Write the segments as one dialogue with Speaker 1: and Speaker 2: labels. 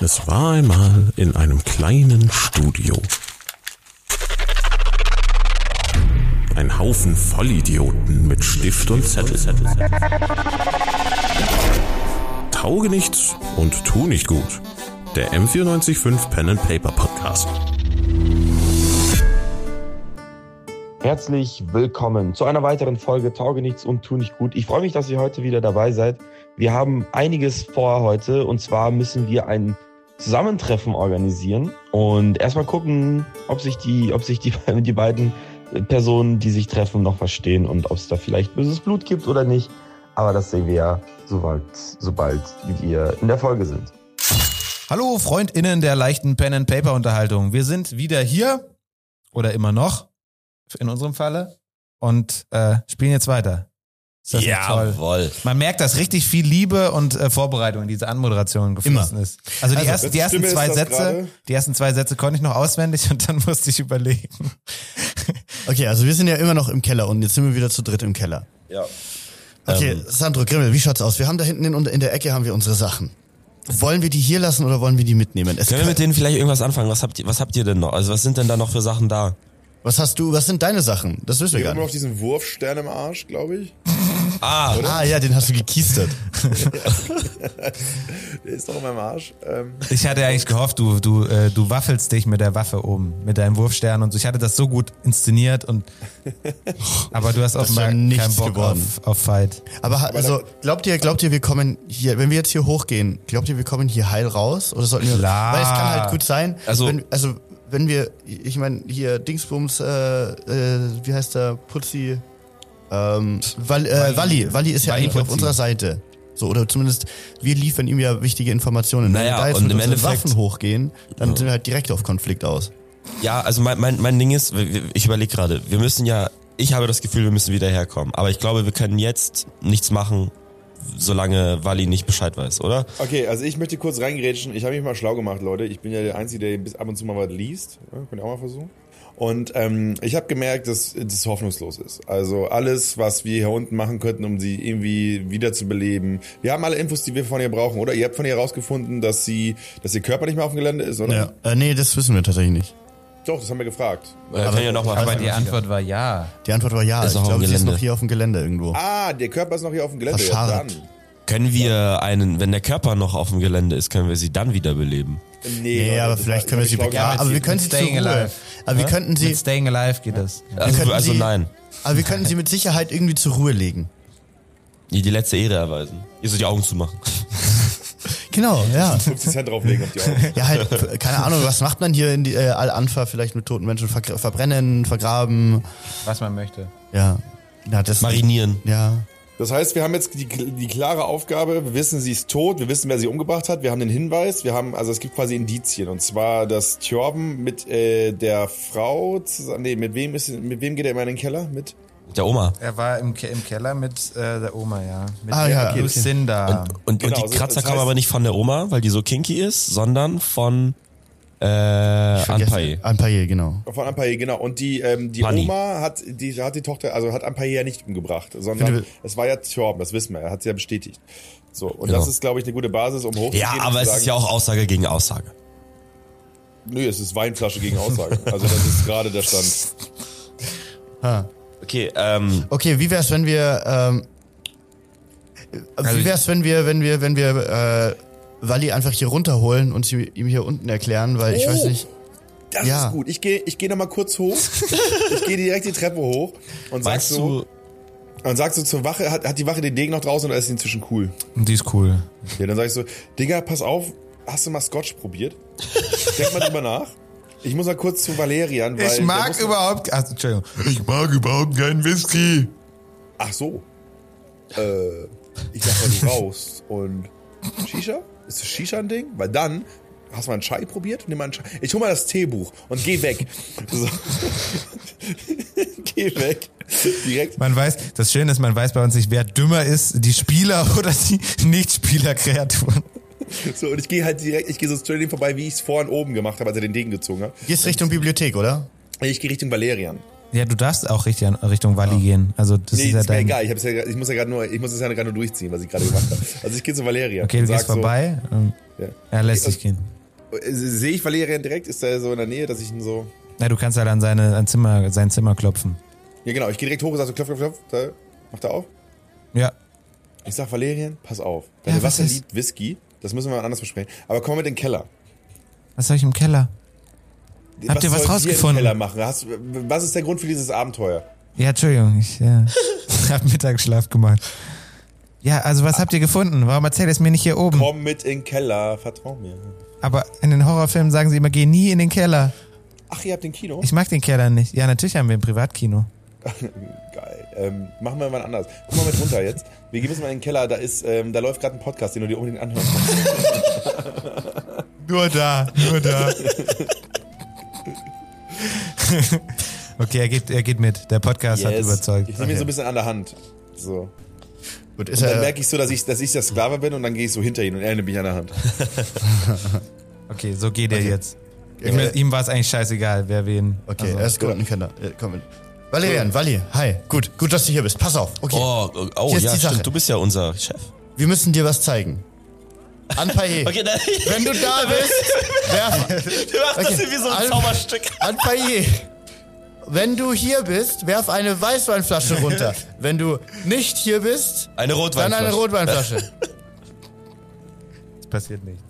Speaker 1: Es war einmal in einem kleinen Studio. Ein Haufen Vollidioten mit Stift und Zettel. Tauge nichts und tu nicht gut. Der M945 Pen and Paper Podcast.
Speaker 2: Herzlich willkommen zu einer weiteren Folge Tauge nichts und tu nicht gut. Ich freue mich, dass ihr heute wieder dabei seid. Wir haben einiges vor heute und zwar müssen wir ein Zusammentreffen organisieren und erstmal gucken, ob sich die, ob sich die, die beiden Personen, die sich treffen, noch verstehen und ob es da vielleicht böses Blut gibt oder nicht. Aber das sehen wir ja, sobald, sobald wir in der Folge sind.
Speaker 3: Hallo Freundinnen der leichten Pen and Paper Unterhaltung. Wir sind wieder hier oder immer noch in unserem Falle und äh, spielen jetzt weiter. Ist das nicht toll?
Speaker 4: Jawohl.
Speaker 3: Man merkt, dass richtig viel Liebe und äh, Vorbereitung in diese Anmoderation geflossen ist. Also die, ersten, die ersten
Speaker 5: Stimme
Speaker 3: zwei
Speaker 5: ist das
Speaker 3: Sätze,
Speaker 5: gerade?
Speaker 3: die ersten zwei Sätze konnte ich noch auswendig und dann musste ich überlegen.
Speaker 6: Okay, also wir sind ja immer noch im Keller und jetzt sind wir wieder zu dritt im Keller.
Speaker 2: Ja.
Speaker 6: Okay, Sandro Grimmel, wie schaut's aus? Wir haben da hinten in, in der Ecke haben wir unsere Sachen. Wollen wir die hier lassen oder wollen wir die mitnehmen? Es,
Speaker 4: Können wir mit denen vielleicht irgendwas anfangen? Was habt ihr, was habt ihr denn noch? Also was sind denn da noch für Sachen da?
Speaker 6: was hast du, was sind deine Sachen? Das wissen wir
Speaker 5: Wir
Speaker 6: gar
Speaker 5: haben noch
Speaker 6: nicht.
Speaker 5: diesen Wurfstern im Arsch, glaube ich.
Speaker 4: Ah,
Speaker 6: Ah ja, den hast du gekiestert.
Speaker 5: Der ist doch in meinem Arsch. Ähm,
Speaker 3: Ich hatte eigentlich gehofft, du, du, äh, du waffelst dich mit der Waffe oben, mit deinem Wurfstern und so. Ich hatte das so gut inszeniert und aber du hast offenbar
Speaker 6: war nichts
Speaker 3: keinen Bock
Speaker 6: geworden.
Speaker 3: auf, auf Fight.
Speaker 6: Aber ha- also, glaubt ihr, glaubt ihr, wir kommen hier, wenn wir jetzt hier hochgehen, glaubt ihr, wir kommen hier heil raus? Oder sollten wir.
Speaker 3: Klar.
Speaker 6: Weil es kann halt gut sein.
Speaker 4: Also-
Speaker 6: wenn, also wenn wir, ich meine, hier Dingsbums, äh, äh, wie heißt der, Putzi, ähm, Wall, äh, Walli, Walli ist ja
Speaker 3: Walli
Speaker 6: eigentlich auf
Speaker 3: Putzi.
Speaker 6: unserer Seite. So, oder zumindest wir liefern ihm ja wichtige Informationen. wenn
Speaker 4: Naja,
Speaker 6: wir da jetzt
Speaker 4: und
Speaker 6: mit
Speaker 4: im
Speaker 6: unseren
Speaker 4: Endeffekt-
Speaker 6: Waffen hochgehen, dann sind wir halt direkt auf Konflikt aus.
Speaker 4: ja, also mein, mein, mein Ding ist, wir- wir- ich überlege gerade, wir müssen ja, ich habe das Gefühl, wir müssen wieder herkommen. Aber ich glaube, wir können jetzt nichts machen, solange Wally nicht Bescheid weiß, oder?
Speaker 5: okay, also ich möchte kurz reingrätschen. Ich habe mich mal schlau gemacht, Leute. Ich bin ja der Einzige, der bis ab und zu mal was liest. Ja, könnt ihr auch mal versuchen. Und ähm, ich habe gemerkt, dass das hoffnungslos ist. Also alles, was wir hier unten machen könnten, um sie irgendwie wiederzubeleben. Wir haben alle Infos, die wir von ihr brauchen, oder? Ihr habt von ihr herausgefunden, dass sie, dass ihr Körper nicht mehr auf dem Gelände ist, oder?
Speaker 6: Ja. Äh, nee, das wissen wir tatsächlich nicht.
Speaker 5: Doch, das haben wir gefragt.
Speaker 4: Äh, können ja noch mal
Speaker 3: Aber
Speaker 4: fragen.
Speaker 3: die Antwort war ja.
Speaker 6: Die Antwort war ja.
Speaker 4: Ist
Speaker 6: ich
Speaker 4: noch auf dem
Speaker 6: glaube, sie ist
Speaker 4: Gelände.
Speaker 6: noch hier auf dem Gelände irgendwo.
Speaker 5: Ah, der Körper ist noch hier auf dem Gelände.
Speaker 6: Verscharrt.
Speaker 5: Ja,
Speaker 4: Können wir einen, wenn der Körper noch auf dem Gelände ist, können wir sie dann wiederbeleben?
Speaker 5: dann.
Speaker 6: Nee,
Speaker 5: Leute,
Speaker 6: aber
Speaker 5: das
Speaker 6: vielleicht
Speaker 5: war-
Speaker 6: können wir
Speaker 5: ich
Speaker 6: sie
Speaker 5: hab mich schlau
Speaker 3: Ah,
Speaker 6: begraben.
Speaker 5: gemacht.
Speaker 6: aber wir können sie zur
Speaker 3: Staying
Speaker 6: Ruhe.
Speaker 3: Alive.
Speaker 6: Aber wir könnten sie-
Speaker 3: Mit Staying Alive geht das.
Speaker 4: Also,
Speaker 6: könnten
Speaker 4: also
Speaker 6: sie-
Speaker 4: nein.
Speaker 6: Aber wir könnten sie mit Sicherheit irgendwie zur Ruhe legen.
Speaker 4: Ihr die letzte Ehre erweisen. Ihr so die Augen zumachen.
Speaker 6: Genau, ja.
Speaker 5: 50 Cent drauflegen auf die Augen.
Speaker 6: Ja, halt, f- keine Ahnung, was macht man hier in die, äh, Al-Anfa vielleicht mit toten Menschen? Vergr verbrennen, vergraben,
Speaker 3: Was man möchte.
Speaker 6: ja. Na, das,
Speaker 4: Marinieren.
Speaker 6: Ja.
Speaker 5: Das heißt, wir haben jetzt die, die klare Aufgabe, wir wissen, sie ist tot, wir wissen, wer sie umgebracht hat, wir haben den Hinweis, wir haben, also es gibt quasi Indizien. Und zwar, dass Thorben mit äh, der Frau zusammen, nee, mit wem ist mit wem geht er immer in den Keller? Mit?
Speaker 4: Der Oma.
Speaker 3: Er war im, Ke- im Keller mit äh, der Oma, ja. Mit
Speaker 6: Ah, ja, okay.
Speaker 3: Lucinda.
Speaker 4: Und, und
Speaker 5: Genau, also
Speaker 4: die Kratzer
Speaker 5: das
Speaker 4: kamen
Speaker 5: heißt-
Speaker 4: aber nicht von der Oma, weil die so kinky ist, sondern von äh, Anpai.
Speaker 6: Anpaye, genau.
Speaker 5: Von Ampaye, genau. Und die, ähm, die
Speaker 4: Pani.
Speaker 5: Oma hat die, hat die Tochter, also hat Ampaye ja nicht umgebracht,
Speaker 6: Finde
Speaker 5: sondern
Speaker 6: wir-
Speaker 5: es war ja Thorben, das wissen wir, er hat sie ja bestätigt. So, und
Speaker 4: Genau.
Speaker 5: das ist, glaube ich, eine gute Basis, um hochzugehen.
Speaker 4: Ja,
Speaker 5: und
Speaker 4: aber
Speaker 5: zu
Speaker 4: es
Speaker 5: sagen,
Speaker 4: ist ja auch Aussage gegen Aussage.
Speaker 5: Nö, es ist Weinflasche gegen Aussage. Also das ist gerade der Stand.
Speaker 4: Okay, ähm,
Speaker 6: Okay, wie wär's, wenn wir, ähm, äh,
Speaker 3: Also
Speaker 6: wie
Speaker 3: ich-
Speaker 6: wär's, wenn wir, wenn wir, wenn wir, äh, Wally einfach hier runterholen und sie ihm hier unten erklären, weil ich
Speaker 5: Oh.
Speaker 6: weiß nicht.
Speaker 5: Das
Speaker 6: Ja.
Speaker 5: ist gut. Ich gehe ich geh nochmal kurz hoch. ich gehe direkt die Treppe hoch und sagst
Speaker 4: weißt
Speaker 5: so,
Speaker 4: du,
Speaker 5: und sagst so zur Wache, hat, hat die Wache den Degen noch draußen oder ist sie inzwischen cool?
Speaker 3: Und die ist cool.
Speaker 5: Ja, dann sag ich so, Digga, pass auf, hast du mal Scotch probiert? Denk mal drüber nach. Ich muss mal kurz zu Valerian, weil.
Speaker 3: Ich
Speaker 5: der
Speaker 3: mag
Speaker 5: muss-
Speaker 3: überhaupt. Ach, Entschuldigung.
Speaker 6: Ich mag überhaupt keinen Whisky.
Speaker 5: Ach so. Äh, ich sag mal, du rauchst und Shisha? Ist das Shisha ein Ding? Weil dann. Hast du mal einen Chai probiert? Nimm mal einen Chai. Ich hol mal das Teebuch und geh weg. So. geh weg. Direkt.
Speaker 3: Man weiß, das Schöne ist, man weiß bei uns nicht, wer dümmer ist, die Spieler oder die Nicht-Spieler-Kreaturen.
Speaker 5: So, und ich gehe halt direkt, ich gehe so straight vorbei, wie ich es vorhin oben gemacht habe, als er den Degen gezogen hat.
Speaker 6: Gehst Richtung Bibliothek, oder?
Speaker 5: Ich gehe Richtung Valerian.
Speaker 3: Ja, du darfst auch richtig an- Richtung Walli gehen. Also das
Speaker 5: Nee,
Speaker 3: ist ja
Speaker 5: ist mir
Speaker 3: dein.
Speaker 5: egal. Ich, hab's ja, ich muss ja gerade nur, ich muss es ja gerade nur durchziehen, was ich gerade gemacht habe. Also ich gehe zu Valeria.
Speaker 3: Okay,
Speaker 5: und
Speaker 3: du gehst
Speaker 5: sag so,
Speaker 3: vorbei. ähm,
Speaker 5: Ja.
Speaker 3: Er lässt dich gehen.
Speaker 5: äh, Sehe ich Valeria direkt? Ist er so in der Nähe, dass ich ihn so.
Speaker 3: Na, du kannst halt an seine, an Zimmer, sein Zimmer klopfen.
Speaker 5: Ja, genau. Ich gehe direkt hoch und sage so, klopf, klopf, klopf. Da, macht er auf.
Speaker 3: Ja.
Speaker 5: Ich sag Valerien, pass auf. Deine
Speaker 3: Ja, was
Speaker 5: Wasser
Speaker 3: ist?
Speaker 5: liebt Whisky. Das müssen wir mal anders besprechen. Aber komm mit in den Keller.
Speaker 3: Was soll ich im Keller? Habt ihr was
Speaker 5: sollt
Speaker 3: rausgefunden?
Speaker 5: Im Keller machen? Hast, du- was ist der Grund für dieses Abenteuer?
Speaker 3: Ja, Entschuldigung, ich ja, hab Mittagsschlaf gemacht. Ja, also was habt ihr gefunden? Warum erzählt ihr es mir nicht hier oben?
Speaker 5: Komm mit in den Keller, vertrau mir.
Speaker 3: Aber in den Horrorfilmen sagen sie immer, geh nie in den Keller.
Speaker 5: Ach, ihr habt den Kino?
Speaker 3: Ich mag den Keller nicht. Ja, natürlich haben wir ein Privatkino.
Speaker 5: Geil. Ähm, machen wir mal anders. Guck mal mit runter jetzt. Wir gehen jetzt mal in den Keller. Da, ist, ähm, da läuft gerade ein Podcast, den du dir unbedingt anhören kannst.
Speaker 3: Nur da, nur da. okay, er geht, er geht mit. Der Podcast hat überzeugt.
Speaker 5: Ich
Speaker 3: okay.
Speaker 5: nehme ihn
Speaker 3: Äh.
Speaker 5: so ein bisschen an der Hand. So.
Speaker 6: Gut, ist
Speaker 5: Dann
Speaker 6: er,
Speaker 5: merke ich so, dass ich, dass ich der Sklave bin und dann gehe ich so hinter ihn und er nimmt mich an der Hand.
Speaker 3: okay, so geht er jetzt. Ihm,
Speaker 6: okay,
Speaker 3: ihm war es eigentlich scheißegal, wer wen.
Speaker 6: okay
Speaker 4: Also,
Speaker 6: er ist gut in den Keller. Ja, äh, komm mit. Valerian, Valli, hi. Gut, gut, dass du hier bist. Pass auf. Okay,
Speaker 4: Oh, oh, oh
Speaker 6: Hier ist
Speaker 4: ja,
Speaker 6: die Sache.
Speaker 4: stimmt. Du bist ja unser Chef.
Speaker 6: wir müssen dir was zeigen. Anpaye,
Speaker 4: Okay, dann,
Speaker 6: wenn du da bist, werf,
Speaker 4: du machst
Speaker 6: Okay.
Speaker 4: das irgendwie so ein
Speaker 6: Alf-
Speaker 4: Zauberstück.
Speaker 6: Anpaye, wenn du hier bist, werf eine Weißweinflasche runter. Wenn du nicht hier bist,
Speaker 4: Eine
Speaker 6: dann
Speaker 4: Rotweinflasche.
Speaker 6: eine Rotweinflasche.
Speaker 3: Es passiert nicht.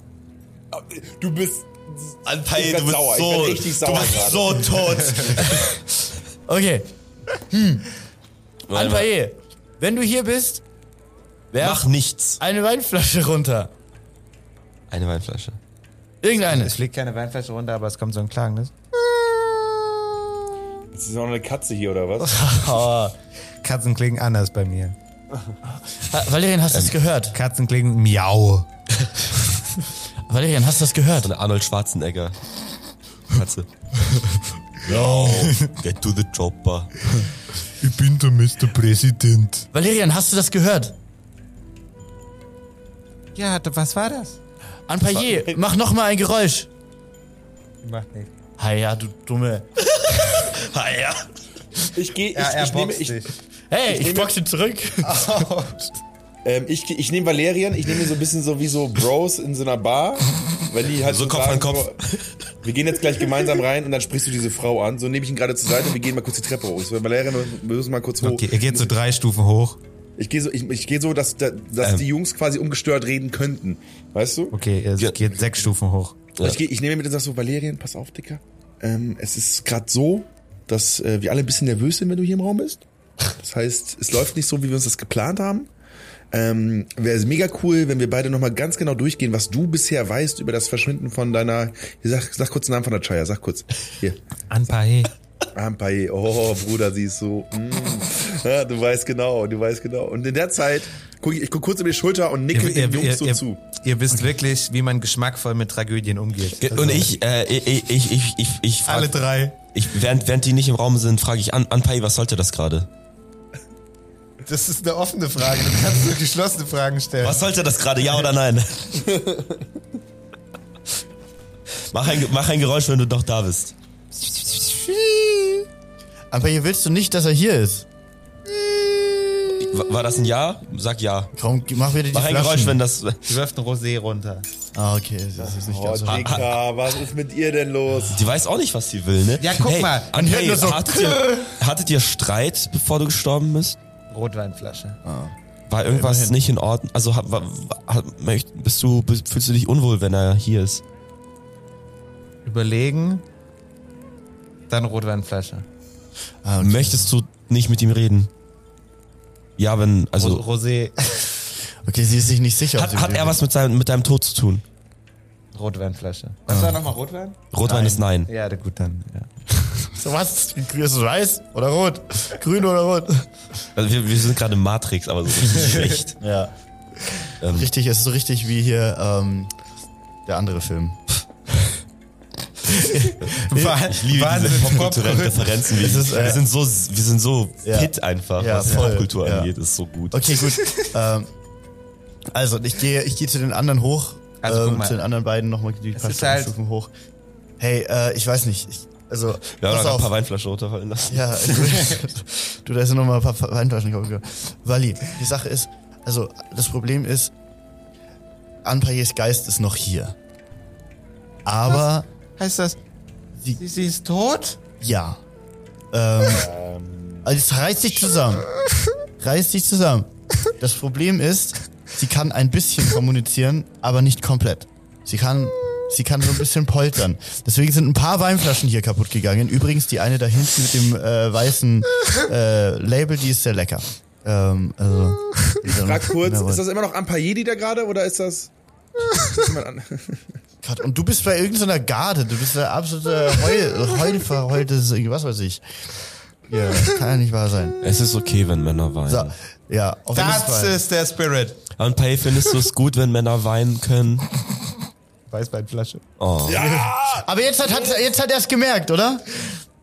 Speaker 5: Du bist.
Speaker 4: Anpei,
Speaker 5: Ich werd
Speaker 4: du bist
Speaker 5: sauer, ich
Speaker 4: so,
Speaker 5: werd richtig
Speaker 4: du
Speaker 5: sauer
Speaker 4: bist so tot.
Speaker 6: Okay,
Speaker 4: Warte mal.
Speaker 6: Anpaye, wenn du hier bist,
Speaker 4: Mach nichts.
Speaker 6: eine Weinflasche runter.
Speaker 4: Eine Weinflasche.
Speaker 6: Irgendeine.
Speaker 3: Es fliegt keine Weinflasche runter, aber es kommt so ein Klagen. ne?
Speaker 5: Ist das noch eine Katze hier oder was?
Speaker 3: Katzen klingen anders bei mir.
Speaker 6: Ha- Valerian, hast du das gehört?
Speaker 3: Katzen klingen miau.
Speaker 6: Valerian, hast du das gehört?
Speaker 4: So eine Arnold Schwarzenegger. Katze. Yo, get to the chopper.
Speaker 3: Ich bin der Mr. Präsident.
Speaker 6: Valerian, hast du das gehört?
Speaker 3: Ja, d- was war das?
Speaker 6: Anpaillé, mach noch mal ein Geräusch.
Speaker 3: Macht nichts.
Speaker 6: Ha ja, du dumme.
Speaker 4: Ah, ja.
Speaker 5: Ich gehe. Ich,
Speaker 3: Ja, er
Speaker 5: ich, nehme-
Speaker 3: boxt
Speaker 5: ich,
Speaker 3: dich.
Speaker 6: Hey, ich boxe zurück.
Speaker 5: Ähm, ich ich nehme Valerien, ich nehme ihn so ein bisschen so wie so Bros in so einer Bar. Wenn die halt
Speaker 4: So Kopf an
Speaker 5: sagen,
Speaker 4: Kopf.
Speaker 5: so, wir gehen jetzt gleich gemeinsam rein und dann sprichst du diese Frau an. So nehme ich ihn gerade zur Seite, wir gehen mal kurz die Treppe hoch. Ich so, Valerien, wir müssen mal kurz hoch.
Speaker 3: Okay, er geht so drei Stufen hoch.
Speaker 5: Ich gehe so, ich, ich gehe so, dass, dass die Jungs quasi ungestört reden könnten. Weißt du?
Speaker 3: Okay, er geht sechs Stufen hoch.
Speaker 5: Und Ich, geh, ich nehme ihn mit und sag so, Valerien, pass auf, Dicker. Ähm, es ist gerade so, dass äh, wir alle ein bisschen nervös sind, wenn du hier im Raum bist. Das heißt, es läuft nicht so, wie wir uns das geplant haben. Ähm, Wäre mega cool, wenn wir beide nochmal ganz genau durchgehen, was du bisher weißt über das Verschwinden von deiner. Hier, Sag, sag kurz den Namen von der Chaya, sag kurz. Hier.
Speaker 3: Anpahe.
Speaker 5: Ampaye. Oh, Bruder, sie ist so. Mm. Ja, du weißt genau, du weißt genau. Und in der Zeit guck ich, ich guck kurz über die Schulter und nicke den Jungs so zu.
Speaker 3: ihr wisst wirklich, wie man geschmackvoll mit Tragödien umgeht.
Speaker 4: Und ich, äh, ich, ich, ich, ich, ich frag,
Speaker 3: Alle drei.
Speaker 4: ich, während, während die nicht im Raum sind, frage ich an, Anpei, was sollte das gerade?
Speaker 3: Das ist eine offene Frage. Du kannst nur geschlossene Fragen stellen.
Speaker 4: Was sollte das gerade, ja oder nein? mach, ein, mach ein Geräusch, wenn du doch da bist.
Speaker 6: Anpaillé, willst du nicht, dass er hier ist?
Speaker 4: Wa- War das ein Ja? Sag Ja.
Speaker 6: Komm, mach wieder die
Speaker 4: Mach ein
Speaker 6: Flaschen.
Speaker 4: Geräusch, wenn das.
Speaker 3: Sie wirft ein Rosé runter.
Speaker 6: Ah, okay, das ist nicht
Speaker 5: Oh,
Speaker 6: ganz so.
Speaker 5: Dicker, was ist mit ihr denn los?
Speaker 4: Die weiß auch nicht, was sie will, ne?
Speaker 3: Ja, guck mal.
Speaker 4: André,
Speaker 6: hört nur so,
Speaker 4: hattet, ihr, hattet ihr Streit, bevor du gestorben bist?
Speaker 3: Rotweinflasche.
Speaker 4: War irgendwas
Speaker 6: Immerhin.
Speaker 4: nicht in Ordnung? Also hat, war, hat, möcht- bist du, bist, fühlst du dich unwohl, wenn er hier ist?
Speaker 3: Überlegen. Dann Rotweinflasche.
Speaker 6: Ah, okay.
Speaker 4: Möchtest du nicht mit ihm reden? Ja, wenn, also.
Speaker 3: Ro- Rosé.
Speaker 6: okay, sie ist sich nicht sicher. ob
Speaker 4: Hat,
Speaker 6: sie
Speaker 4: hat
Speaker 6: will.
Speaker 4: er was mit, seinem, mit deinem Tod zu tun?
Speaker 3: Rotweinflasche. Was war nochmal Rotwein?
Speaker 4: Rotwein ist nein.
Speaker 3: Ja, gut, dann. Ja.
Speaker 6: So was? Ist weiß oder rot? Grün oder rot?
Speaker 4: Also wir, wir sind gerade im Matrix, aber so richtig schlecht.
Speaker 6: Ja.
Speaker 4: Ähm.
Speaker 6: Richtig, es ist so richtig wie hier ähm, der andere Film.
Speaker 4: Ich liebe diese popkulturellen Referenzen. Wir,
Speaker 6: ist, äh,
Speaker 4: wir sind so, wir sind so
Speaker 6: Ja.
Speaker 4: hit einfach,
Speaker 6: Ja,
Speaker 4: was
Speaker 6: voll.
Speaker 4: Popkultur
Speaker 6: Ja.
Speaker 4: angeht, ist so gut.
Speaker 6: Okay, gut. ähm, also, ich gehe ich gehe zu den anderen hoch.
Speaker 3: Also,
Speaker 6: ähm,
Speaker 3: guck mal.
Speaker 6: Zu den anderen beiden nochmal die
Speaker 3: Es
Speaker 6: paar
Speaker 3: ist halt-
Speaker 6: Stufen hoch. Hey, äh, ich weiß nicht. Ich Also,
Speaker 4: Wir haben
Speaker 6: pass
Speaker 4: noch ein
Speaker 6: auf.
Speaker 4: paar Weinflaschen runterfallen lassen.
Speaker 6: Ja, du, du da ist ja nochmal ein paar Ver- Weinflaschen gekommen. Wally, die Sache ist, also das Problem ist, Anpayes Geist ist noch hier. Aber
Speaker 3: Heißt das, sie, sie ist tot?
Speaker 6: ja. Ähm, also jetzt reiß dich zusammen. Reiß dich zusammen. Das Problem ist, sie kann ein bisschen kommunizieren, aber nicht komplett. Sie kann, sie kann so ein bisschen poltern. Deswegen sind ein paar Weinflaschen hier kaputt gegangen. Übrigens die eine da hinten mit dem äh, weißen äh, Label, die ist sehr lecker. Ähm, also, ich
Speaker 5: Frag kurz, ist das immer noch Ampayedi da gerade oder ist das. Ist das jemand an-
Speaker 6: Gott, und du bist bei irgendeiner Garde, du bist der absolute Heul, Heulverheultes, was weiß ich. Ja, kann ja nicht wahr sein.
Speaker 4: Es ist okay, wenn Männer weinen.
Speaker 6: So, ja, auf jeden
Speaker 3: Das
Speaker 6: Fall.
Speaker 3: ist der Spirit.
Speaker 4: An Pay findest du es gut, wenn Männer weinen können?
Speaker 3: Weißweinflasche.
Speaker 4: Oh. Ja.
Speaker 6: Aber jetzt hat, hat, jetzt hat er es gemerkt, oder?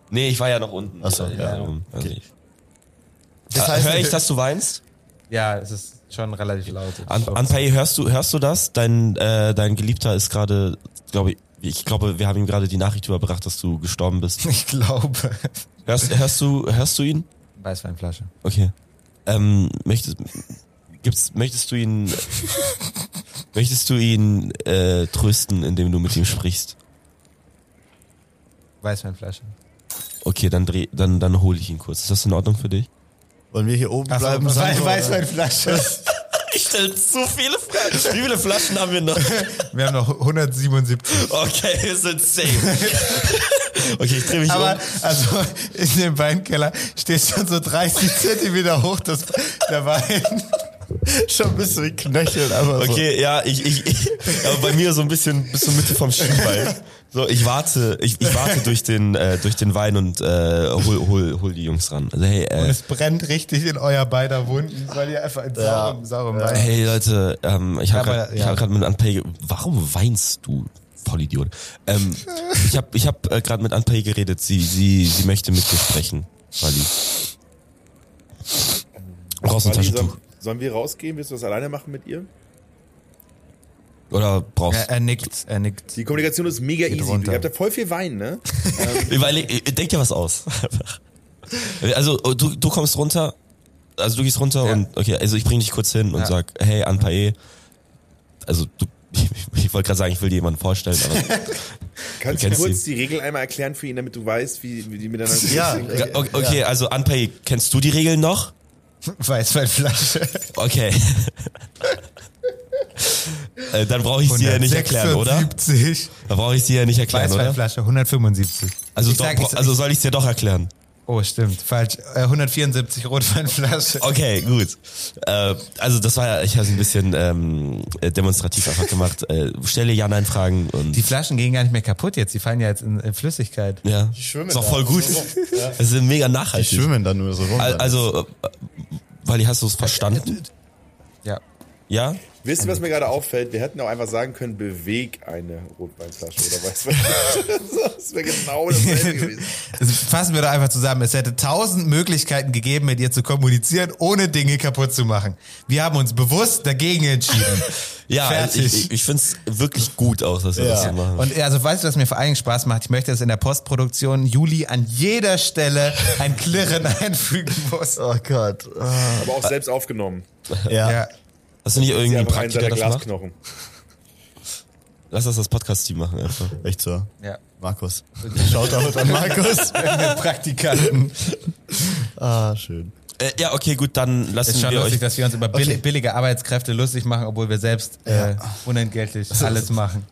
Speaker 4: Nee, ich war ja noch unten.
Speaker 6: Ach so, ja.
Speaker 4: Also ich-
Speaker 6: Äh, Das
Speaker 4: Ah,
Speaker 6: heißt,
Speaker 4: Hör ich, dass du weinst?
Speaker 3: Ja, es ist schon relativ laut.
Speaker 4: An, Anpei, hörst du, hörst du das? Dein, äh, dein Geliebter ist gerade, glaube ich, ich glaube, wir haben ihm gerade die Nachricht überbracht, dass du gestorben bist.
Speaker 3: ich glaube.
Speaker 4: Hörst, hörst du, hörst du ihn?
Speaker 3: Weißweinflasche.
Speaker 4: Okay. Ähm, möchtest, gibt's, möchtest du ihn, möchtest du ihn äh, trösten, indem du mit ihm sprichst?
Speaker 3: Weißweinflasche.
Speaker 4: Okay, dann dreh, dann, dann hole ich ihn kurz. Ist das in Ordnung für dich?
Speaker 6: wollen wir hier oben
Speaker 3: Ach so,
Speaker 6: bleiben?
Speaker 3: Wei-
Speaker 6: Sandro, oder?
Speaker 3: Weißweinflasche.
Speaker 4: Ich stelle so viele Fragen. Wie viele Flaschen haben wir noch?
Speaker 3: Wir haben noch 177.
Speaker 4: Okay, wir sind safe. Okay, ich drehe mich
Speaker 3: Aber
Speaker 4: um.
Speaker 3: also in dem Weinkeller steht schon so 30 Zentimeter hoch das, der Wein.
Speaker 6: Schon ein bisschen knöchelt, aber okay.
Speaker 4: Okay, ja, ich, ich, ich aber bei mir so ein bisschen bis zur Mitte vom Schienbein. So, ich warte, ich, ich warte durch den äh, durch den Wein und äh, hol, hol, hol die Jungs ran. Also hey,
Speaker 3: Und
Speaker 4: äh,
Speaker 3: es brennt richtig in euer beider Wunden, weil ihr einfach in saurem, saurem Wein.
Speaker 4: hey Leute, ähm, ich habe
Speaker 3: Aber,
Speaker 4: gerade
Speaker 3: ja.
Speaker 4: hab grad mit Anpay. ge- Warum weinst du, Vollidiot? Ähm, ich habe ich hab, äh, gerade mit Anpay geredet. Sie sie sie möchte mit dir sprechen, Wally. Brauchst du ein
Speaker 5: Wally, sollen,
Speaker 4: Taschentuch
Speaker 5: sollen wir rausgehen? Willst du das alleine machen mit ihr?
Speaker 4: oder brauchst?
Speaker 3: Er, er nickt, er nickt.
Speaker 5: Die Kommunikation ist mega easy.
Speaker 3: runter.
Speaker 5: Ihr habt ja voll viel Wein, ne?
Speaker 4: Überleg, äh, denk dir was aus. also du, du kommst runter, also du gehst runter
Speaker 3: Ja.
Speaker 4: und okay, also ich bring dich kurz hin und
Speaker 3: Ja.
Speaker 4: sag, hey Anpae, also du, ich, wollte gerade sagen, ich will dir jemanden vorstellen, aber
Speaker 5: Kannst
Speaker 4: Du
Speaker 5: du
Speaker 4: kennst
Speaker 5: kurz die Regel einmal erklären für ihn, damit du weißt, wie, wie die miteinander
Speaker 6: Ja,
Speaker 5: sind?
Speaker 6: äh,
Speaker 4: okay, okay also Anpae, kennst du die Regeln noch?
Speaker 3: Weißweinflasche.
Speaker 4: Okay. Äh, Dann brauche ich sie ja nicht erklären, oder?
Speaker 3: 176.
Speaker 4: Dann brauche ich sie ja nicht erklären, oder?
Speaker 3: Weißweinflasche, 175.
Speaker 4: Also,
Speaker 3: Ich
Speaker 4: doch,
Speaker 3: sag- ich-
Speaker 4: bra- also soll ich es dir doch erklären?
Speaker 3: Oh, stimmt, falsch. Äh, 174 Rotweinflasche.
Speaker 4: Okay, gut. Äh, also das war ja, ich habe es ein bisschen ähm, äh, demonstrativ einfach gemacht. Äh, stelle Ja-Nein-Fragen und
Speaker 3: Die Flaschen gehen gar nicht mehr kaputt jetzt, die fallen ja jetzt in, in Flüssigkeit.
Speaker 4: ja.
Speaker 6: schwimmen
Speaker 4: Ist auch
Speaker 6: da.
Speaker 4: voll gut. Es ist mega
Speaker 6: Die
Speaker 4: nachhaltig.
Speaker 6: schwimmen dann nur so rum.
Speaker 4: Al-
Speaker 6: dann.
Speaker 4: Also, äh, Wally, hast du es verstanden?
Speaker 3: Ja.
Speaker 4: Ja?
Speaker 5: Wisst ihr, was mir gerade auffällt? Wir hätten auch einfach sagen können, beweg eine Rotweinflasche oder was weiß Das wäre genau dasselbe gewesen.
Speaker 3: Das Also Fassen wir doch einfach zusammen. Es hätte tausend Möglichkeiten gegeben, mit ihr zu kommunizieren, ohne Dinge kaputt zu machen. Wir haben uns bewusst dagegen entschieden.
Speaker 4: Ja, äh,
Speaker 3: Fertig.
Speaker 4: ich, ich, ich finde es wirklich gut auch, dass wir das so machen.
Speaker 3: Und also weißt du, was mir vor allen Dingen Spaß macht? Ich möchte, dass in der Postproduktion Juli an jeder Stelle ein Klirren einfügen muss.
Speaker 6: oh Gott. Ah.
Speaker 5: Aber auch selbst aufgenommen.
Speaker 6: Ja.
Speaker 3: Ja.
Speaker 4: Hast du nicht irgendwie
Speaker 5: Sie
Speaker 4: einen
Speaker 5: haben einen
Speaker 4: Praktiker
Speaker 5: seiner
Speaker 4: das macht?
Speaker 5: Glasknochen.
Speaker 4: Lass das das Podcast-Team machen. Einfach.
Speaker 6: echt so.
Speaker 3: ja.
Speaker 6: Markus. Shoutout an Markus.
Speaker 3: Praktikanten.
Speaker 6: Ah, schön.
Speaker 4: Äh, ja, okay, gut, dann lassen
Speaker 3: Ist schon
Speaker 4: wir
Speaker 3: lustig,
Speaker 4: euch...
Speaker 3: dass wir uns über billi-
Speaker 6: Okay.
Speaker 3: billige Arbeitskräfte lustig machen, obwohl wir selbst äh, unentgeltlich
Speaker 6: Also,
Speaker 3: alles machen.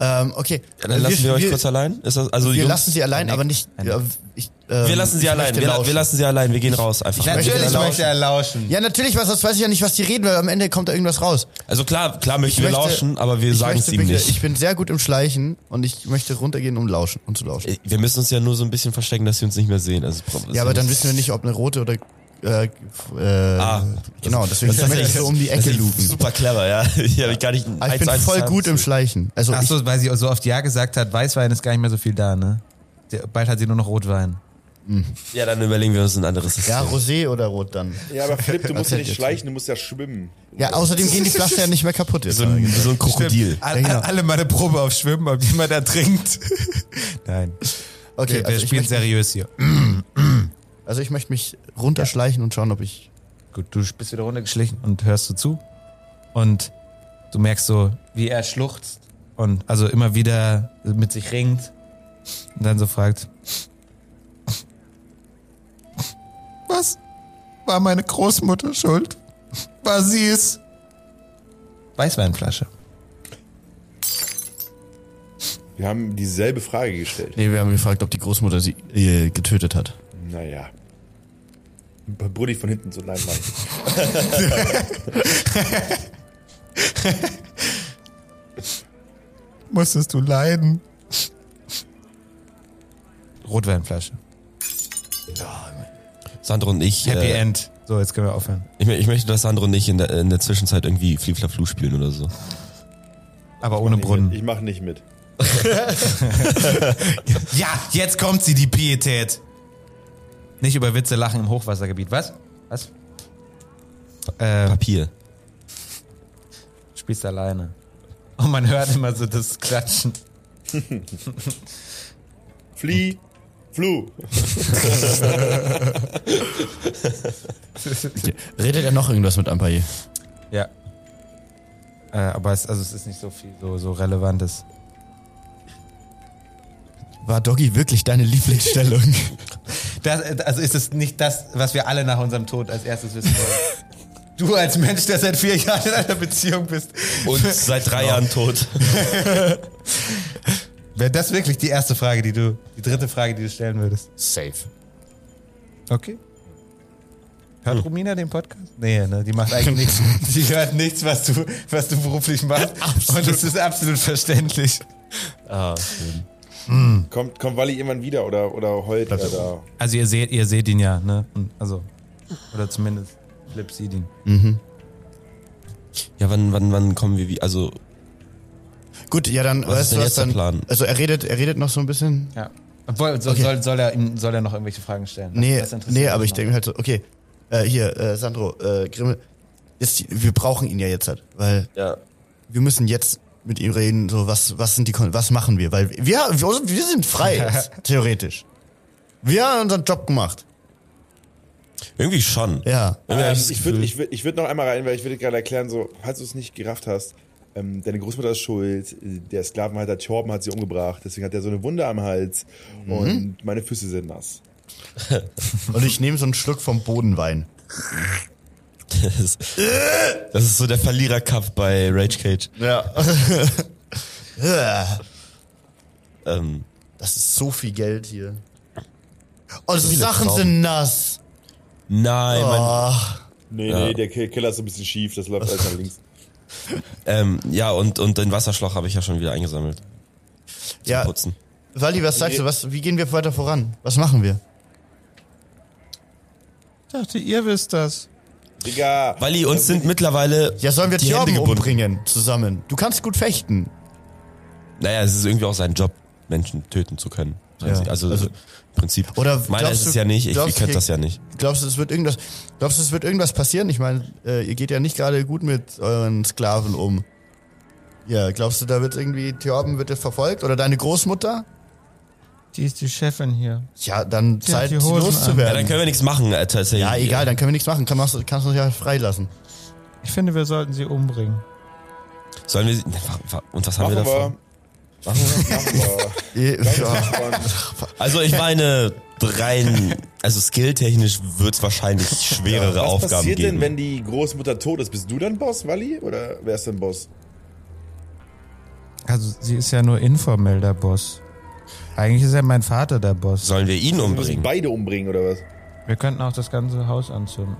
Speaker 6: Ähm, okay.
Speaker 4: Ja, dann lassen wir, euch kurz allein. Ist das, also
Speaker 6: Wir
Speaker 4: Jungs,
Speaker 6: lassen sie allein, aber nicht. Ja, ich, ähm,
Speaker 4: wir lassen sie
Speaker 6: ich
Speaker 4: allein.
Speaker 6: möchte
Speaker 4: Wir, la- wir
Speaker 6: lauschen.
Speaker 4: lassen sie allein. Wir gehen raus einfach.
Speaker 6: möchte
Speaker 3: Natürlich
Speaker 6: erlauschen.
Speaker 3: Also, möchte er lauschen.
Speaker 6: Ja, natürlich, was, das weiß ich ja nicht, was die reden, weil am Ende kommt da irgendwas raus.
Speaker 4: Also klar, klar möchten
Speaker 6: Ich
Speaker 4: wir
Speaker 6: möchte-
Speaker 4: lauschen, aber wir
Speaker 6: Ich
Speaker 4: sagen es
Speaker 6: möchte
Speaker 4: ihm
Speaker 6: bitte-
Speaker 4: nicht.
Speaker 6: Ich bin sehr gut im Schleichen und ich möchte runtergehen, um lauschen, um zu lauschen.
Speaker 4: wir müssen uns ja nur so ein bisschen verstecken, dass sie uns nicht mehr sehen. Also,
Speaker 6: ja, aber dann wissen wir nicht, ob eine rote oder äh, äh,
Speaker 4: Ah.
Speaker 6: genau, deswegen
Speaker 4: Das ist
Speaker 6: müssen wir
Speaker 4: echt-
Speaker 6: so um die
Speaker 4: das
Speaker 6: Ecke
Speaker 4: ist
Speaker 6: lupen.
Speaker 4: Super clever, ja. Ich habe gar nicht
Speaker 6: Aber ich bin
Speaker 4: eins-
Speaker 6: voll
Speaker 4: eins-
Speaker 6: gut im Schleichen. Also
Speaker 3: Ach so, weil sie so oft Ja gesagt hat, Weißwein ist gar nicht mehr so viel da, ne? Der- Bald hat sie nur noch Rotwein.
Speaker 4: Ja, dann überlegen wir uns ein anderes
Speaker 6: ich,
Speaker 4: System.
Speaker 6: ja, Rosé oder Rot dann.
Speaker 5: Ja, aber Philipp, du musst ja
Speaker 6: Erzähl
Speaker 5: nicht
Speaker 6: jetzt.
Speaker 5: schleichen, du musst ja schwimmen.
Speaker 6: Ja, außerdem gehen die Flaschen ja nicht mehr kaputt jetzt.
Speaker 4: so, ein, so ein Krokodil.
Speaker 6: Genau.
Speaker 3: Stimmt. Alle, alle mal eine Probe auf Schwimmen, ob jemand ertrinkt. Nein.
Speaker 6: Okay,
Speaker 3: Wir, wir
Speaker 6: also, ich
Speaker 3: spielen
Speaker 6: möchte,
Speaker 3: seriös hier.
Speaker 6: also ich möchte mich runterschleichen und schauen, ob ich.
Speaker 3: Gut, du bist wieder runtergeschlichen und hörst du zu. Und du merkst so, wie er schluchzt und also immer wieder mit sich ringt und dann so fragt: Was war meine Großmutter schuld? War sie es? Weißweinflasche.
Speaker 5: Wir haben dieselbe Frage gestellt.
Speaker 6: Nee, wir haben gefragt, ob die Großmutter sie äh, getötet hat.
Speaker 5: Naja. Brudi von hinten so nein, nein.
Speaker 3: Musstest du leiden? Rotweinflasche.
Speaker 4: Sandro und ich.
Speaker 3: Happy
Speaker 4: äh,
Speaker 3: End. So, jetzt können wir aufhören.
Speaker 4: Ich, mö- ich möchte, dass Sandro und ich in der, in der Zwischenzeit irgendwie Flifla-Flu spielen oder so.
Speaker 3: Aber ohne Brunnen.
Speaker 5: Ich mache nicht mit.
Speaker 3: Ja, jetzt kommt sie, die Pietät. Nicht über Witze lachen im Hochwassergebiet. Was? Was? Äh,
Speaker 4: Papier.
Speaker 3: spielst alleine. Und man hört immer so das Klatschen.
Speaker 5: Flieh, Flu.
Speaker 6: Redet er noch irgendwas mit Ampaye?
Speaker 3: Ja. Äh, aber es, also es ist nicht so viel so, so Relevantes.
Speaker 6: War Doggy wirklich deine Lieblingsstellung?
Speaker 3: Das, äh, also ist es nicht das, was wir alle nach unserem Tod als erstes wissen wollen. Du als Mensch, der seit vier Jahren in einer Beziehung bist.
Speaker 4: Und seit
Speaker 6: Genau.
Speaker 4: drei Jahren tot.
Speaker 3: Wäre das wirklich die erste Frage, die du, die dritte Frage, die du stellen würdest?
Speaker 6: Safe.
Speaker 3: Okay. Hört
Speaker 6: Hm.
Speaker 3: Romina den Podcast? Nee, ne, die macht eigentlich nichts. Die hört nichts, was du, was du beruflich machst. Und das ist absolut verständlich.
Speaker 5: Kommt, kommt Wally irgendwann wieder oder, oder heult er da?
Speaker 3: Also ihr seht, ihr seht ihn ja, ne? Und Also. Oder zumindest Flip sieht ihn.
Speaker 4: Ja, wann, wann, wann kommen wir wie? Also,
Speaker 6: Gut, ja dann,
Speaker 4: Was ist
Speaker 6: weißt du
Speaker 4: denn
Speaker 6: was
Speaker 4: jetzt der
Speaker 6: dann?
Speaker 4: Plan?
Speaker 6: Also er redet, er redet noch so ein bisschen.
Speaker 3: Ja. Obwohl, so,
Speaker 6: Okay.
Speaker 3: soll, soll, er, ihm- soll er noch irgendwelche Fragen stellen? Das-
Speaker 6: Nee,
Speaker 3: das genau. interessiert
Speaker 6: nee,
Speaker 3: mich
Speaker 6: aber ich
Speaker 3: noch.
Speaker 6: denke halt so, okay, äh, hier, äh, Sandro, äh, Grimmel, jetzt, wir brauchen ihn ja jetzt halt, weil
Speaker 4: ja.
Speaker 6: wir müssen jetzt mit ihm reden, so was, was sind die, Kon was machen wir, weil wir, wir, wir sind frei jetzt, theoretisch. Wir haben unseren Job gemacht.
Speaker 4: Irgendwie schon.
Speaker 6: Ja.
Speaker 5: Ähm,
Speaker 4: das
Speaker 5: ich würde ich würd, ich würd noch einmal rein, weil ich würde gerade erklären, so, falls du es nicht gerafft hast, ähm, deine Großmutter ist schuld, der Sklavenhalter Torben hat sie umgebracht, deswegen hat er so eine Wunde am Hals und meine Füße sind nass.
Speaker 6: Und ich nehme so einen Schluck vom Bodenwein.
Speaker 4: Das ist, das ist so der Verlierer-Cup bei Rage Cage.
Speaker 6: Ja.
Speaker 4: Ähm,
Speaker 6: das ist so viel Geld hier. Oh, die
Speaker 4: viele
Speaker 6: Sachen
Speaker 4: Trauben.
Speaker 6: sind nass.
Speaker 4: nein, mein,
Speaker 6: Oh.
Speaker 5: Nee, nee, der Ke- Keller ist so ein bisschen schief, das läuft alles nach links.
Speaker 4: ähm, ja, und, und den Wasserschlauch habe ich ja schon wieder eingesammelt. Zum
Speaker 6: Ja,
Speaker 4: Putzen.
Speaker 6: Wally, was sagst du? Was, wie gehen wir weiter voran? Was machen wir?
Speaker 3: Ich dachte, ihr wisst das.
Speaker 5: Digga!
Speaker 4: Walli, uns sind mittlerweile.
Speaker 6: Ja, sollen wir
Speaker 4: Die Hände
Speaker 6: Tjorben
Speaker 4: gebunden.
Speaker 6: umbringen zusammen? Du kannst gut fechten.
Speaker 4: Naja, es ist irgendwie auch sein Job, Menschen töten zu können.
Speaker 6: Ja,
Speaker 4: Also,
Speaker 6: also-
Speaker 4: im Prinzip.
Speaker 6: Oder
Speaker 4: Meiner
Speaker 6: glaubst
Speaker 4: ist es
Speaker 6: du-
Speaker 4: ja nicht. Ich, ich
Speaker 6: glaubst du,
Speaker 4: könnte
Speaker 6: hier-
Speaker 4: das ja nicht.
Speaker 6: Glaubst du, es wird irgendwas, glaubst du, es wird irgendwas passieren? Ich meine, äh, ihr geht ja nicht gerade gut mit euren Sklaven um. Ja, glaubst du, da wird irgendwie, Tjorben wird verfolgt? Oder deine Großmutter?
Speaker 3: Die ist die Chefin hier.
Speaker 6: Ja, dann
Speaker 3: hat
Speaker 6: Zeit,
Speaker 3: die
Speaker 6: sie
Speaker 3: Hosen an.
Speaker 4: Ja, dann
Speaker 6: loszuwerden.
Speaker 4: können wir nichts machen, äh, tatsächlich.
Speaker 6: Ja, egal, dann können wir nichts machen. Kann, machst, du- kannst du uns ja freilassen.
Speaker 3: Ich finde, wir sollten sie umbringen.
Speaker 4: Sollen wir. wa- wa- Und was haben
Speaker 5: machen
Speaker 4: wir
Speaker 5: wir,
Speaker 4: davon?
Speaker 5: machen wir.
Speaker 6: Ja.
Speaker 4: Also ich meine, rein, also skilltechnisch wird es wahrscheinlich schwerere
Speaker 5: Was
Speaker 4: Aufgaben
Speaker 5: passiert
Speaker 4: geben.
Speaker 5: denn, wenn die Großmutter tot ist? Bist du dann Boss, Wally? Oder wer ist denn Boss?
Speaker 3: Also, sie ist ja nur informell der Boss. Eigentlich ist ja mein Vater der Boss.
Speaker 4: Sollen wir ihn
Speaker 5: Wir müssen
Speaker 4: umbringen?
Speaker 5: beide umbringen, oder was?
Speaker 3: Wir könnten auch das ganze Haus anzünden.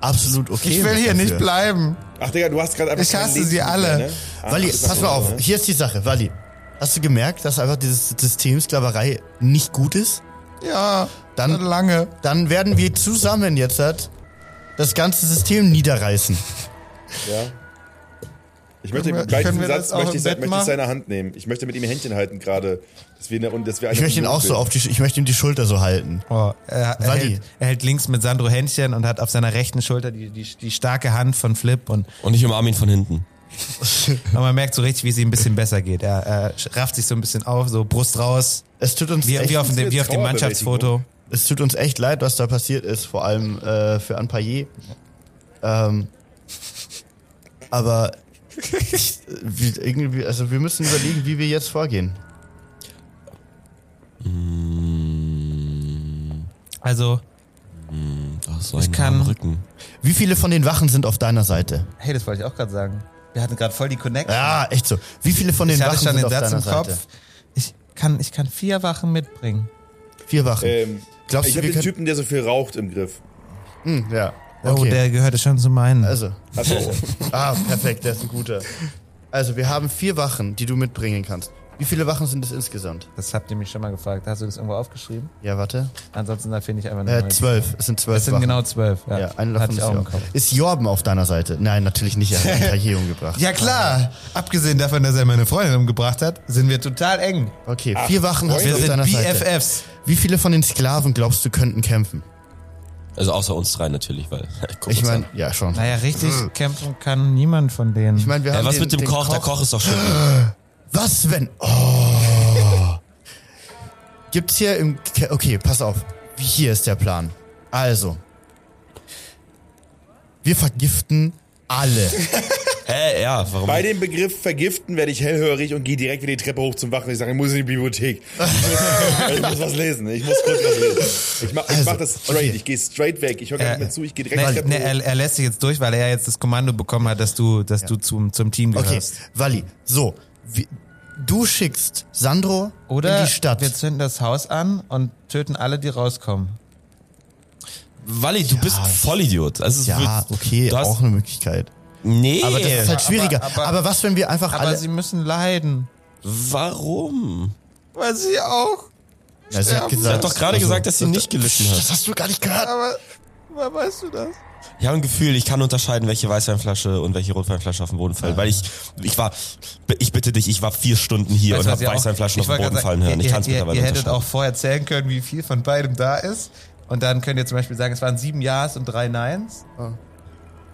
Speaker 6: Absolut okay.
Speaker 3: Ich will hier
Speaker 6: dafür.
Speaker 3: nicht bleiben.
Speaker 5: Ach, Digga, du hast gerade einfach.
Speaker 3: Ich
Speaker 5: kein
Speaker 3: hasse
Speaker 5: Leben
Speaker 3: sie
Speaker 5: mehr,
Speaker 3: alle.
Speaker 5: ne? Ah,
Speaker 6: Walli,
Speaker 5: das ist
Speaker 6: pass mal
Speaker 5: so,
Speaker 6: auf,
Speaker 5: ne?
Speaker 6: hier ist die Sache, Walli. Hast du gemerkt, dass einfach dieses System Sklaverei nicht gut ist?
Speaker 3: Ja,
Speaker 6: Dann-
Speaker 3: lange.
Speaker 6: Dann werden wir zusammen jetzt halt das ganze System niederreißen.
Speaker 5: Ja. Ich möchte
Speaker 3: Können wir-
Speaker 5: gleich
Speaker 3: können
Speaker 5: diesen
Speaker 3: wir
Speaker 5: Satz
Speaker 3: das auch
Speaker 5: möchte
Speaker 3: im
Speaker 5: ich, se-
Speaker 3: Bett
Speaker 5: möchte ich
Speaker 3: machen?
Speaker 5: seine Hand nehmen. Ich möchte mit ihm Händchen halten gerade. Dass wir eine, und dass wir eine
Speaker 6: Ich möchte ihn
Speaker 5: Union
Speaker 6: auch so
Speaker 5: bilden.
Speaker 6: auf die, Sch- ich möchte ihm die Schulter so halten.
Speaker 3: Oh, er, er,
Speaker 6: Walli.
Speaker 3: hält, er hält links mit Sandro Händchen und hat auf seiner rechten Schulter die, die, die starke Hand von Flip und
Speaker 4: Und ich umarme ihn von hinten.
Speaker 3: Aber man merkt so richtig, wie es ihm ein bisschen besser geht. Er äh, rafft sich so ein bisschen auf, so Brust raus,
Speaker 6: Es tut uns
Speaker 3: wie,
Speaker 6: echt,
Speaker 3: wie, auf, dem,
Speaker 5: eine
Speaker 3: wie auf dem Mannschaftsfoto.
Speaker 6: es tut uns echt leid, was da passiert ist, vor allem äh, für Anpaillet. Ähm, aber ich, wie, irgendwie, also wir müssen überlegen, wie wir jetzt vorgehen.
Speaker 3: Also,
Speaker 4: Ach, so
Speaker 3: Ich
Speaker 4: ein
Speaker 3: kann-
Speaker 4: am Rücken.
Speaker 6: Wie viele von den Wachen sind auf deiner Seite?
Speaker 3: hey, das wollte ich auch gerade sagen. Wir hatten gerade voll die Connection.
Speaker 6: Ja, echt so. Wie viele von den
Speaker 3: ich hatte
Speaker 6: Wachen
Speaker 3: schon
Speaker 6: sind
Speaker 3: den
Speaker 6: auf
Speaker 3: Satz
Speaker 6: deiner
Speaker 3: im Kopf.
Speaker 6: Seite?
Speaker 3: Ich kann, ich kann vier Wachen mitbringen.
Speaker 6: Vier Wachen.
Speaker 5: Ähm,
Speaker 6: Glaubst
Speaker 5: ich
Speaker 6: du,
Speaker 5: habe
Speaker 6: wir
Speaker 5: den
Speaker 6: können...
Speaker 5: Typen, der so viel raucht, im Griff.
Speaker 6: Hm, ja.
Speaker 3: Oh, der gehörte schon zu meinen.
Speaker 6: also.
Speaker 5: Also,
Speaker 6: Ah, perfekt, der ist ein guter. Also, wir haben vier Wachen, die du mitbringen kannst. Wie viele Wachen sind es insgesamt?
Speaker 3: das habt ihr mich schon mal gefragt. Hast du das irgendwo aufgeschrieben?
Speaker 6: Ja, warte.
Speaker 3: Ansonsten da finde ich einfach nur.
Speaker 6: Äh,
Speaker 3: mal-
Speaker 6: zwölf. Es sind zwölf
Speaker 3: Das sind
Speaker 6: Wachen.
Speaker 3: genau zwölf. Ja,
Speaker 6: Ja, eine
Speaker 3: Hatte
Speaker 6: davon
Speaker 3: ich
Speaker 6: ist
Speaker 3: auch im
Speaker 6: Jorben.
Speaker 3: Kopf.
Speaker 6: Ist Jorben auf deiner Seite? Nein, natürlich nicht. Er hat hier umgebracht.
Speaker 3: Ja klar, abgesehen davon, dass er meine Freundin umgebracht hat, sind wir total eng.
Speaker 6: Okay, vier Wachen hast du
Speaker 3: Wir
Speaker 6: auf
Speaker 3: sind
Speaker 6: deiner Seite.
Speaker 3: BFFs.
Speaker 6: Wie viele von den Sklaven glaubst du könnten kämpfen?
Speaker 4: Also außer uns drei natürlich, weil. Guck
Speaker 6: Ich
Speaker 4: uns
Speaker 6: meine,
Speaker 4: an.
Speaker 6: ja schon.
Speaker 3: Naja, richtig kämpfen kann niemand von denen.
Speaker 6: Ich meine, wir
Speaker 4: Äh,
Speaker 6: haben
Speaker 4: was
Speaker 6: den,
Speaker 4: mit dem
Speaker 6: den
Speaker 4: Koch? Der Koch ist doch schön.
Speaker 6: Was wenn? Oh. Gibt's hier im Ke- Okay, pass auf. Wie- Hier ist der Plan. Also, wir vergiften alle.
Speaker 4: Hä, ja, warum?
Speaker 5: bei dem Begriff vergiften werde ich hellhörig und gehe direkt wieder die Treppe hoch zum Wachen. Ich sage, ich muss in die Bibliothek. ich muss was lesen. Ich muss kurz was lesen. Ich mach, ich mach das straight.
Speaker 6: okay.
Speaker 5: Ich gehe straight weg. Ich höre gar
Speaker 3: Also, Äh,
Speaker 5: nicht mehr zu. Ich gehe direkt die
Speaker 3: ne,
Speaker 5: Treppe
Speaker 3: ne,
Speaker 5: hoch.
Speaker 3: er, er lässt sich jetzt durch, weil er jetzt das Kommando bekommen hat, dass du, dass du zum, zum Team
Speaker 6: Okay,
Speaker 3: gehörst.
Speaker 6: Walli, so. Wie, du schickst Sandro
Speaker 3: Oder
Speaker 6: in die Stadt.
Speaker 3: wir zünden das Haus an und töten alle, die rauskommen.
Speaker 4: Walli, du bist Vollidiot. Also, es
Speaker 6: Ja,
Speaker 4: wird-
Speaker 6: okay,
Speaker 4: du hast,
Speaker 6: auch eine Möglichkeit.
Speaker 4: Nee,
Speaker 6: Aber das ist halt schwieriger. Aber,
Speaker 3: aber-
Speaker 6: was, wenn wir einfach
Speaker 3: Aber
Speaker 6: alle...
Speaker 3: sie müssen leiden.
Speaker 4: warum?
Speaker 3: Weil sie auch.
Speaker 6: Ja, sie hat
Speaker 4: Sie hat doch gerade
Speaker 6: also,
Speaker 4: gesagt, dass sie nicht gelitten hat.
Speaker 6: Das hast du gar nicht gehört.
Speaker 3: Aber woher weißt du das?
Speaker 4: Ich habe ein Gefühl, ich kann unterscheiden, welche Weißweinflasche und welche Rotweinflasche auf dem Boden fallen, weil ich, ich war, ich bitte dich, ich war vier Stunden hier und habe Weißweinflaschen auf den Boden fallen hören. Ich kann es
Speaker 3: ihr,
Speaker 4: mittlerweile
Speaker 3: ihr hättet
Speaker 4: unterscheiden.
Speaker 3: auch vorher zählen können, wie viel von beidem da ist. Und dann könnt ihr zum Beispiel sagen, es waren sieben Ja's und drei Neins.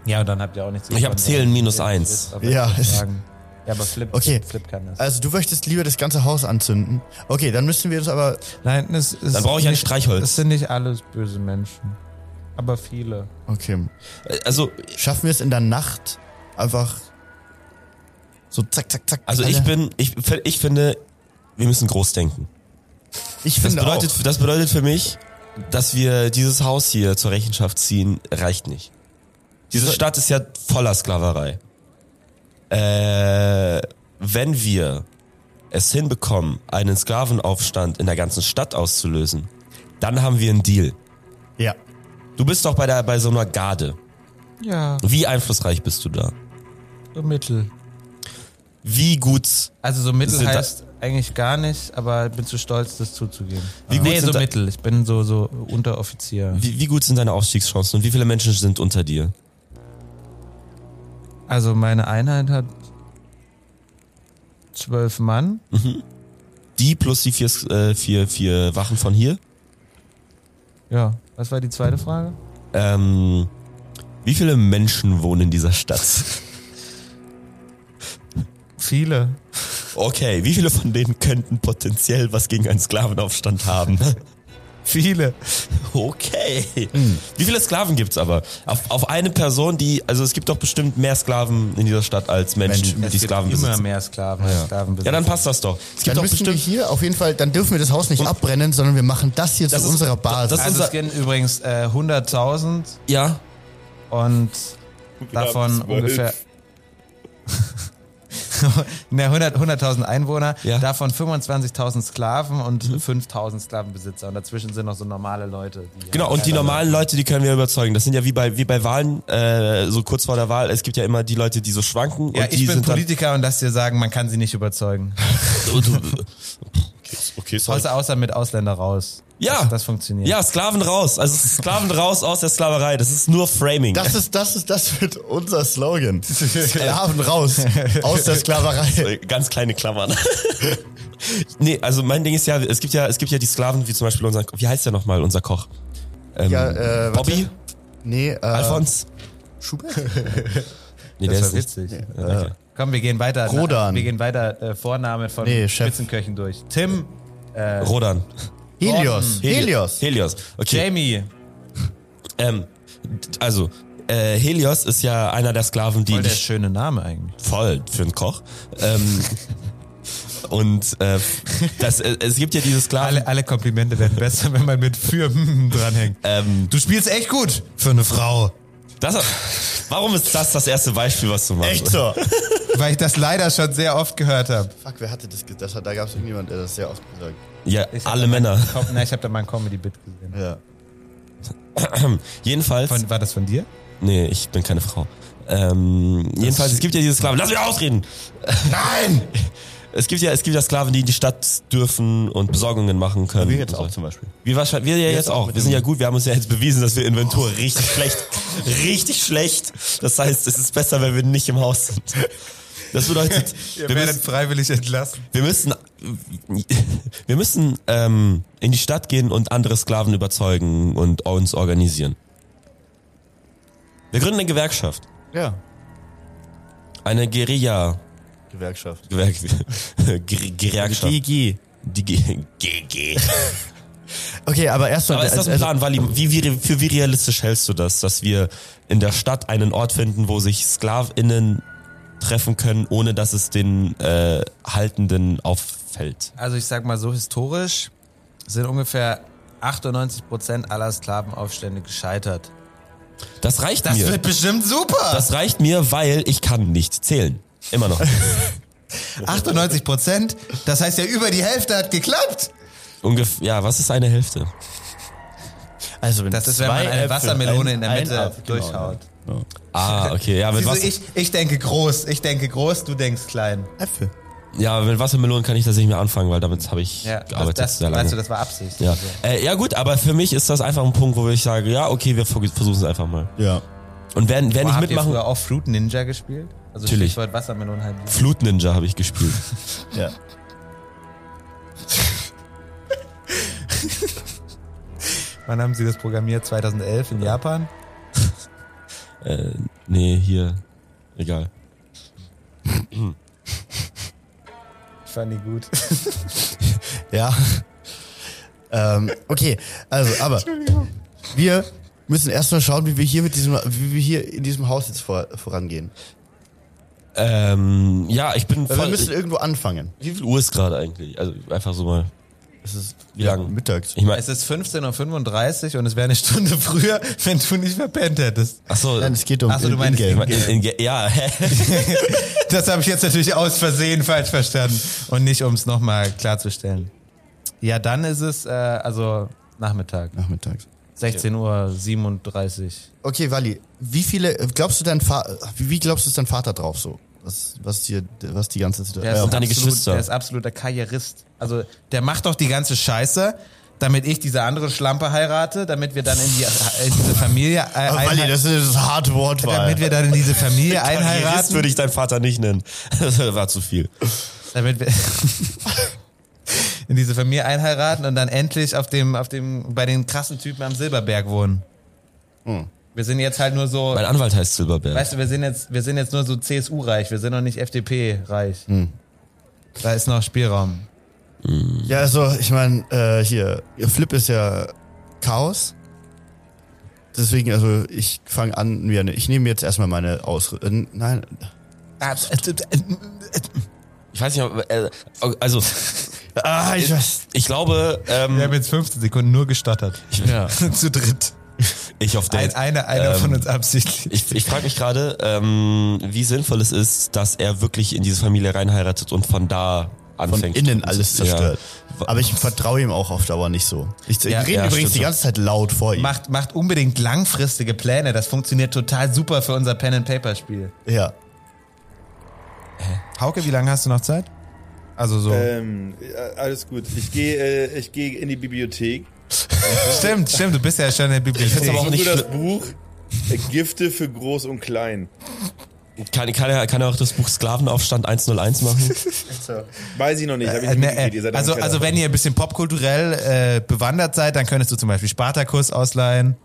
Speaker 3: Ja, und dann habt ihr auch nichts.
Speaker 4: Ich hab
Speaker 3: gewonnen.
Speaker 4: Zählen minus eins.
Speaker 3: Aber ich
Speaker 6: Ja.
Speaker 3: würd sagen- Ja, aber Flip,
Speaker 6: Okay.
Speaker 3: Flip, Flip kann das.
Speaker 6: Also du möchtest lieber das ganze Haus anzünden. Okay, dann müssen wir das aber...
Speaker 3: Nein, es ist
Speaker 4: Dann brauche ich ein
Speaker 3: nicht-
Speaker 4: Streichholz.
Speaker 3: Es sind nicht alles böse Menschen. Aber viele.
Speaker 6: Okay.
Speaker 4: Also,
Speaker 6: Schaffen wir es in der Nacht einfach so zack, zack, zack.
Speaker 4: also
Speaker 6: alle?
Speaker 4: ich bin, ich, ich finde, wir müssen groß denken.
Speaker 6: Ich
Speaker 4: Das
Speaker 6: finde
Speaker 4: bedeutet, das bedeutet für mich, dass wir dieses Haus hier zur Rechenschaft ziehen, reicht nicht. Diese Stadt ist ja voller Sklaverei. Äh, wenn wir es hinbekommen, einen Sklavenaufstand in der ganzen Stadt auszulösen, dann haben wir einen Deal.
Speaker 6: auch. Ja.
Speaker 4: Du bist doch bei, der, bei so einer Garde.
Speaker 3: Ja,
Speaker 4: Wie einflussreich bist du da?
Speaker 3: so mittel.
Speaker 4: Wie gut,
Speaker 3: Also so mittel
Speaker 4: Sind da-
Speaker 3: heißt eigentlich gar nicht, aber bin zu stolz, das zuzugeben.
Speaker 4: Wie gut
Speaker 3: nee,
Speaker 4: sind
Speaker 3: so
Speaker 4: da-
Speaker 3: mittel. Ich bin so, so Unteroffizier.
Speaker 4: wie, wie gut sind deine Aufstiegschancen und wie viele Menschen sind unter dir?
Speaker 3: Also meine Einheit hat zwölf Mann.
Speaker 4: Die plus die vier, äh, vier, vier Wachen von hier?
Speaker 3: Ja, was war die zweite Frage?
Speaker 4: Ähm, wie viele Menschen wohnen in dieser Stadt?
Speaker 3: Viele.
Speaker 4: Okay, wie viele von denen könnten potenziell was gegen einen Sklavenaufstand haben?
Speaker 3: Viele.
Speaker 4: Okay.
Speaker 3: Hm.
Speaker 4: Wie viele Sklaven gibt's aber? Auf, auf eine Person, die, also es gibt doch bestimmt mehr Sklaven in dieser Stadt als Menschen, die Sklaven
Speaker 3: immer
Speaker 4: besitzen.
Speaker 3: mehr Sklaven als Sklavenbesitzer.
Speaker 4: Ja, dann passt das doch. Es gibt
Speaker 6: Dann
Speaker 4: doch
Speaker 6: müssen wir
Speaker 4: bestimmt.
Speaker 6: hier auf jeden Fall, dann dürfen wir das Haus nicht abbrennen, sondern wir machen das hier
Speaker 4: Das
Speaker 6: zu
Speaker 4: ist-
Speaker 6: unserer Basis.
Speaker 4: das ist-
Speaker 3: Also es
Speaker 4: unser-
Speaker 3: gehen übrigens äh, 100.000
Speaker 4: Ja,
Speaker 3: und davon
Speaker 5: Zwölf.
Speaker 3: ungefähr... Ne, 100 100.000 Einwohner,
Speaker 4: Ja. Mhm.
Speaker 3: davon 25.000 Sklaven und 5.000 Sklavenbesitzer. Und dazwischen sind noch so normale Leute. Die halt
Speaker 4: genau. Und die normalen Leute, die können wir überzeugen. Das sind ja wie bei, wie bei Wahlen, äh, so kurz vor der Wahl. Es gibt ja immer die Leute, die so schwanken.
Speaker 3: Ja,
Speaker 4: und die
Speaker 3: ich bin
Speaker 4: sind dann,
Speaker 3: Politiker und lass dir sagen, man kann sie nicht überzeugen.
Speaker 4: okay, sorry.
Speaker 3: Außer, außer mit Ausländer raus.
Speaker 4: Ja.
Speaker 3: Das, das funktioniert.
Speaker 4: Ja, Sklaven raus. Also es ist Sklaven raus aus der Sklaverei. Das ist nur Framing.
Speaker 6: Das ist, das ist, das wird unser Slogan. Sklaven raus. Aus der Sklaverei.
Speaker 4: Äh, Ganz kleine Klammern. nee, also mein Ding ist ja, es gibt ja, es gibt ja die Sklaven, wie zum Beispiel unser, wie heißt der nochmal, unser Koch? Ähm,
Speaker 6: Ja, äh, warte.
Speaker 4: Bobby?
Speaker 6: Nee, äh,
Speaker 4: Alfons?
Speaker 6: Schubert?
Speaker 4: Nee, der
Speaker 3: Das
Speaker 4: ist
Speaker 3: war
Speaker 4: nicht.
Speaker 3: witzig.
Speaker 4: Ja, okay.
Speaker 3: Komm, wir gehen weiter.
Speaker 6: Rodan.
Speaker 3: Wir gehen weiter äh, Vornamen von
Speaker 6: Nee, Chef.
Speaker 3: Spitzenköchen durch. Tim, Äh,
Speaker 4: Rodan.
Speaker 6: Helios.
Speaker 3: Gordon.
Speaker 6: Helios.
Speaker 4: Helios. Okay.
Speaker 3: Jamie.
Speaker 4: Ähm, d- also, äh, Helios ist ja einer der Sklaven, die
Speaker 3: Voll der
Speaker 4: dich-
Speaker 3: schöne Name eigentlich.
Speaker 4: voll für einen Koch. Ähm, und äh, das, äh, es gibt ja diese Sklaven.
Speaker 3: Alle, alle Komplimente werden besser, wenn man mit für hm dranhängt.
Speaker 4: Ähm,
Speaker 3: Du spielst echt gut für eine Frau.
Speaker 4: das, warum ist das das erste Beispiel, was du machst?
Speaker 6: Echt so.
Speaker 3: Weil ich das leider schon sehr oft gehört habe.
Speaker 6: Fuck, wer hatte das gesagt? Das hat- Da gab es irgendjemand, der das sehr oft gesagt
Speaker 4: Ja, alle Männer.
Speaker 3: Na, ich habe da mal ein Comedy-Bit gesehen.
Speaker 6: hat. Ja.
Speaker 4: Jedenfalls.
Speaker 3: Von, war das von dir?
Speaker 4: nee, ich bin keine Frau. Ähm, jedenfalls, es gibt ja diese Sklaven. Lass mich ausreden! Nein! Es gibt ja, es gibt ja Sklaven, die in die Stadt dürfen und Besorgungen machen können.
Speaker 6: Wir jetzt
Speaker 4: und so.
Speaker 6: auch zum Beispiel.
Speaker 4: Wir, wahrscheinlich- wir ja jetzt
Speaker 6: auch
Speaker 4: auch.
Speaker 6: mit
Speaker 4: Wir sind ja
Speaker 6: dem-
Speaker 4: gut, wir haben uns ja jetzt bewiesen, dass wir Inventur richtig schlecht, richtig schlecht. Das heißt, es ist besser, wenn wir nicht im Haus sind. Das bedeutet, wir müssen,
Speaker 3: freiwillig entlassen.
Speaker 4: wir müssen, wir müssen ähm, in die Stadt gehen und andere Sklaven überzeugen und uns organisieren. Wir gründen eine Gewerkschaft.
Speaker 6: Ja.
Speaker 4: Eine Guerilla-Gewerkschaft.
Speaker 6: Gewerkschaft.
Speaker 4: Gewerkschaft.
Speaker 6: GG.
Speaker 4: Die G- GG.
Speaker 6: Okay, aber also, erstmal.
Speaker 4: Aber ist das ein Plan, Wally? Wie, wie, für wie realistisch hältst du das, dass wir in der Stadt einen Ort finden, wo sich SklavInnen treffen können, ohne dass es den äh, Haltenden auffällt?
Speaker 3: Also ich sag mal so, historisch sind ungefähr 98% aller Sklavenaufstände gescheitert.
Speaker 4: Das reicht mir.
Speaker 3: bestimmt super.
Speaker 4: das reicht mir, weil ich kann nicht zählen. Immer noch.
Speaker 3: 98%? Das heißt ja, über die Hälfte hat geklappt.
Speaker 4: Ungef ja, was ist eine Hälfte?
Speaker 6: also, wenn
Speaker 3: Das ist, wenn man
Speaker 6: zwei
Speaker 3: eine
Speaker 6: Äpfel,
Speaker 3: Wassermelone
Speaker 6: ein-
Speaker 3: in der
Speaker 6: ein
Speaker 3: Mitte
Speaker 6: Apfel, genau,
Speaker 3: durchhaut.
Speaker 6: ja.
Speaker 4: Ah, okay. Ja, mit
Speaker 3: Siehst
Speaker 4: was,
Speaker 3: du, ich, ich denke groß, ich denke groß, du denkst klein.
Speaker 6: Äpfel.
Speaker 4: ja, mit Wassermelonen kann ich das nicht mehr anfangen, weil damit habe ich
Speaker 3: Ja, das,
Speaker 4: gearbeitet
Speaker 3: das,
Speaker 4: sehr lange.
Speaker 3: weißt du, das war Absicht.
Speaker 4: ja.
Speaker 3: Also.
Speaker 4: Äh, ja gut, aber für mich ist das einfach ein Punkt, wo ich sage, ja, okay, wir ver- versuchen es einfach mal.
Speaker 6: Ja.
Speaker 4: Und werden, werden
Speaker 3: Boah,
Speaker 4: nicht
Speaker 3: habt ihr
Speaker 4: mitmachen,
Speaker 3: früher auch Fruit Ninja gespielt? Also
Speaker 4: Natürlich.
Speaker 3: Stichwort Wassermelonen halt. nicht.
Speaker 4: Flut Ninja habe ich gespielt.
Speaker 6: Ja.
Speaker 3: Wann haben sie das programmiert? 2011 in Japan?
Speaker 4: Äh, nee, hier. Egal.
Speaker 3: Ich fand die gut.
Speaker 6: Ja. ähm, okay, also, aber wir müssen erstmal schauen, wie wir hier mit diesem, wie wir hier in diesem Haus jetzt vor, vorangehen.
Speaker 4: Ähm, ja, ich bin
Speaker 6: Weil
Speaker 4: voll.
Speaker 6: wir müssen irgendwo anfangen.
Speaker 4: wie viel Uhr ist gerade eigentlich? Also einfach so mal.
Speaker 6: Es ist
Speaker 4: Wie lang?
Speaker 6: mittags.
Speaker 4: Ich meine,
Speaker 3: Es ist 15.35 Uhr und es wäre eine Stunde früher, wenn du nicht verpennt hättest.
Speaker 4: achso,
Speaker 6: Nein, es geht um
Speaker 3: Ach so, du
Speaker 6: in-
Speaker 3: meinst
Speaker 6: Ingame.
Speaker 4: in, in, in, ja, hä?
Speaker 3: Das habe ich jetzt natürlich aus Versehen falsch verstanden. Und nicht, um es nochmal klarzustellen. Ja, dann ist es, äh, also Nachmittag.
Speaker 6: Nachmittags.
Speaker 3: 16.37 Uhr.
Speaker 6: Okay, Wally, wie viele glaubst du dein Vater, wie wie glaubst du ist dein Vater drauf so? Was, was hier, was die ganze
Speaker 3: Der ist
Speaker 6: Situation?
Speaker 4: und deine
Speaker 3: absolut,
Speaker 4: Geschwister.
Speaker 3: Der ist absoluter Karrierist. Also der macht doch die ganze Scheiße, damit ich diese andere Schlampe heirate, damit wir dann in, die, in diese Familie äh,
Speaker 6: Ah, Wally,
Speaker 3: einhe-
Speaker 6: das ist das harte Wortwahl.
Speaker 3: damit wir dann in diese Familie
Speaker 4: Karrierist
Speaker 3: einheiraten,
Speaker 4: würde ich deinen Vater nicht nennen. Das war zu viel.
Speaker 3: damit wir in diese Familie einheiraten und dann endlich auf dem auf dem bei den krassen Typen am Silberberg wohnen.
Speaker 6: Hm.
Speaker 3: Wir sind jetzt halt nur so,
Speaker 4: Mein Anwalt heißt Silberberg.
Speaker 3: weißt du, wir sind jetzt wir sind jetzt nur so CSU reich, wir sind noch nicht FDP reich.
Speaker 6: Hm.
Speaker 3: Da ist noch Spielraum.
Speaker 6: Ja, also ich meine, äh, hier, ihr Flip ist ja Chaos. Deswegen, also ich fange an, mir eine, ich nehme jetzt erstmal meine Ausrede. Äh, nein,
Speaker 4: ich weiß nicht, ob, äh, also
Speaker 6: ah,
Speaker 4: äh,
Speaker 6: ich weiß.
Speaker 4: ich glaube, ähm,
Speaker 3: Wir haben jetzt 15 Sekunden nur gestottert.
Speaker 6: Ja.
Speaker 3: Zu dritt.
Speaker 4: ich auf
Speaker 3: Ein,
Speaker 4: Date.
Speaker 3: einer einer
Speaker 4: Ähm,
Speaker 3: von uns absichtlich.
Speaker 4: Ich, ich frage mich gerade, ähm, wie sinnvoll es ist, dass er wirklich in diese Familie reinheiratet und von da
Speaker 6: Von
Speaker 4: anfängt.
Speaker 6: innen alles zerstört.
Speaker 4: Ja.
Speaker 6: Aber ich vertraue ihm auch auf Dauer nicht so. Ich, ich
Speaker 3: Ja,
Speaker 6: rede
Speaker 4: ja,
Speaker 6: übrigens
Speaker 4: stimmt
Speaker 6: die
Speaker 4: schon.
Speaker 6: ganze Zeit laut vor ihm.
Speaker 3: Macht, macht unbedingt langfristige Pläne. Das funktioniert total super für unser Pen-and-Paper-Spiel.
Speaker 6: Ja.
Speaker 3: Hauke, wie lange hast du noch Zeit? Also so.
Speaker 5: Ähm, ja, alles gut. Ich gehe äh, ich gehe in die Bibliothek.
Speaker 3: stimmt, stimmt. Du bist ja schon in der Bibliothek.
Speaker 4: aber auch
Speaker 5: Suche
Speaker 4: nicht
Speaker 5: das
Speaker 4: schli-
Speaker 5: Buch äh, Gifte für groß und klein.
Speaker 4: Kann, kann, er, kann er auch das Buch Sklavenaufstand 101 machen?
Speaker 5: Weiß ich noch nicht. Hab ich
Speaker 3: Äh,
Speaker 5: nicht
Speaker 3: ne,
Speaker 5: mitgekriegt. Ihr seid
Speaker 3: äh, also,
Speaker 5: am Keller.
Speaker 3: also wenn ihr ein bisschen popkulturell äh, bewandert seid, dann könntest du zum Beispiel Spartacus ausleihen.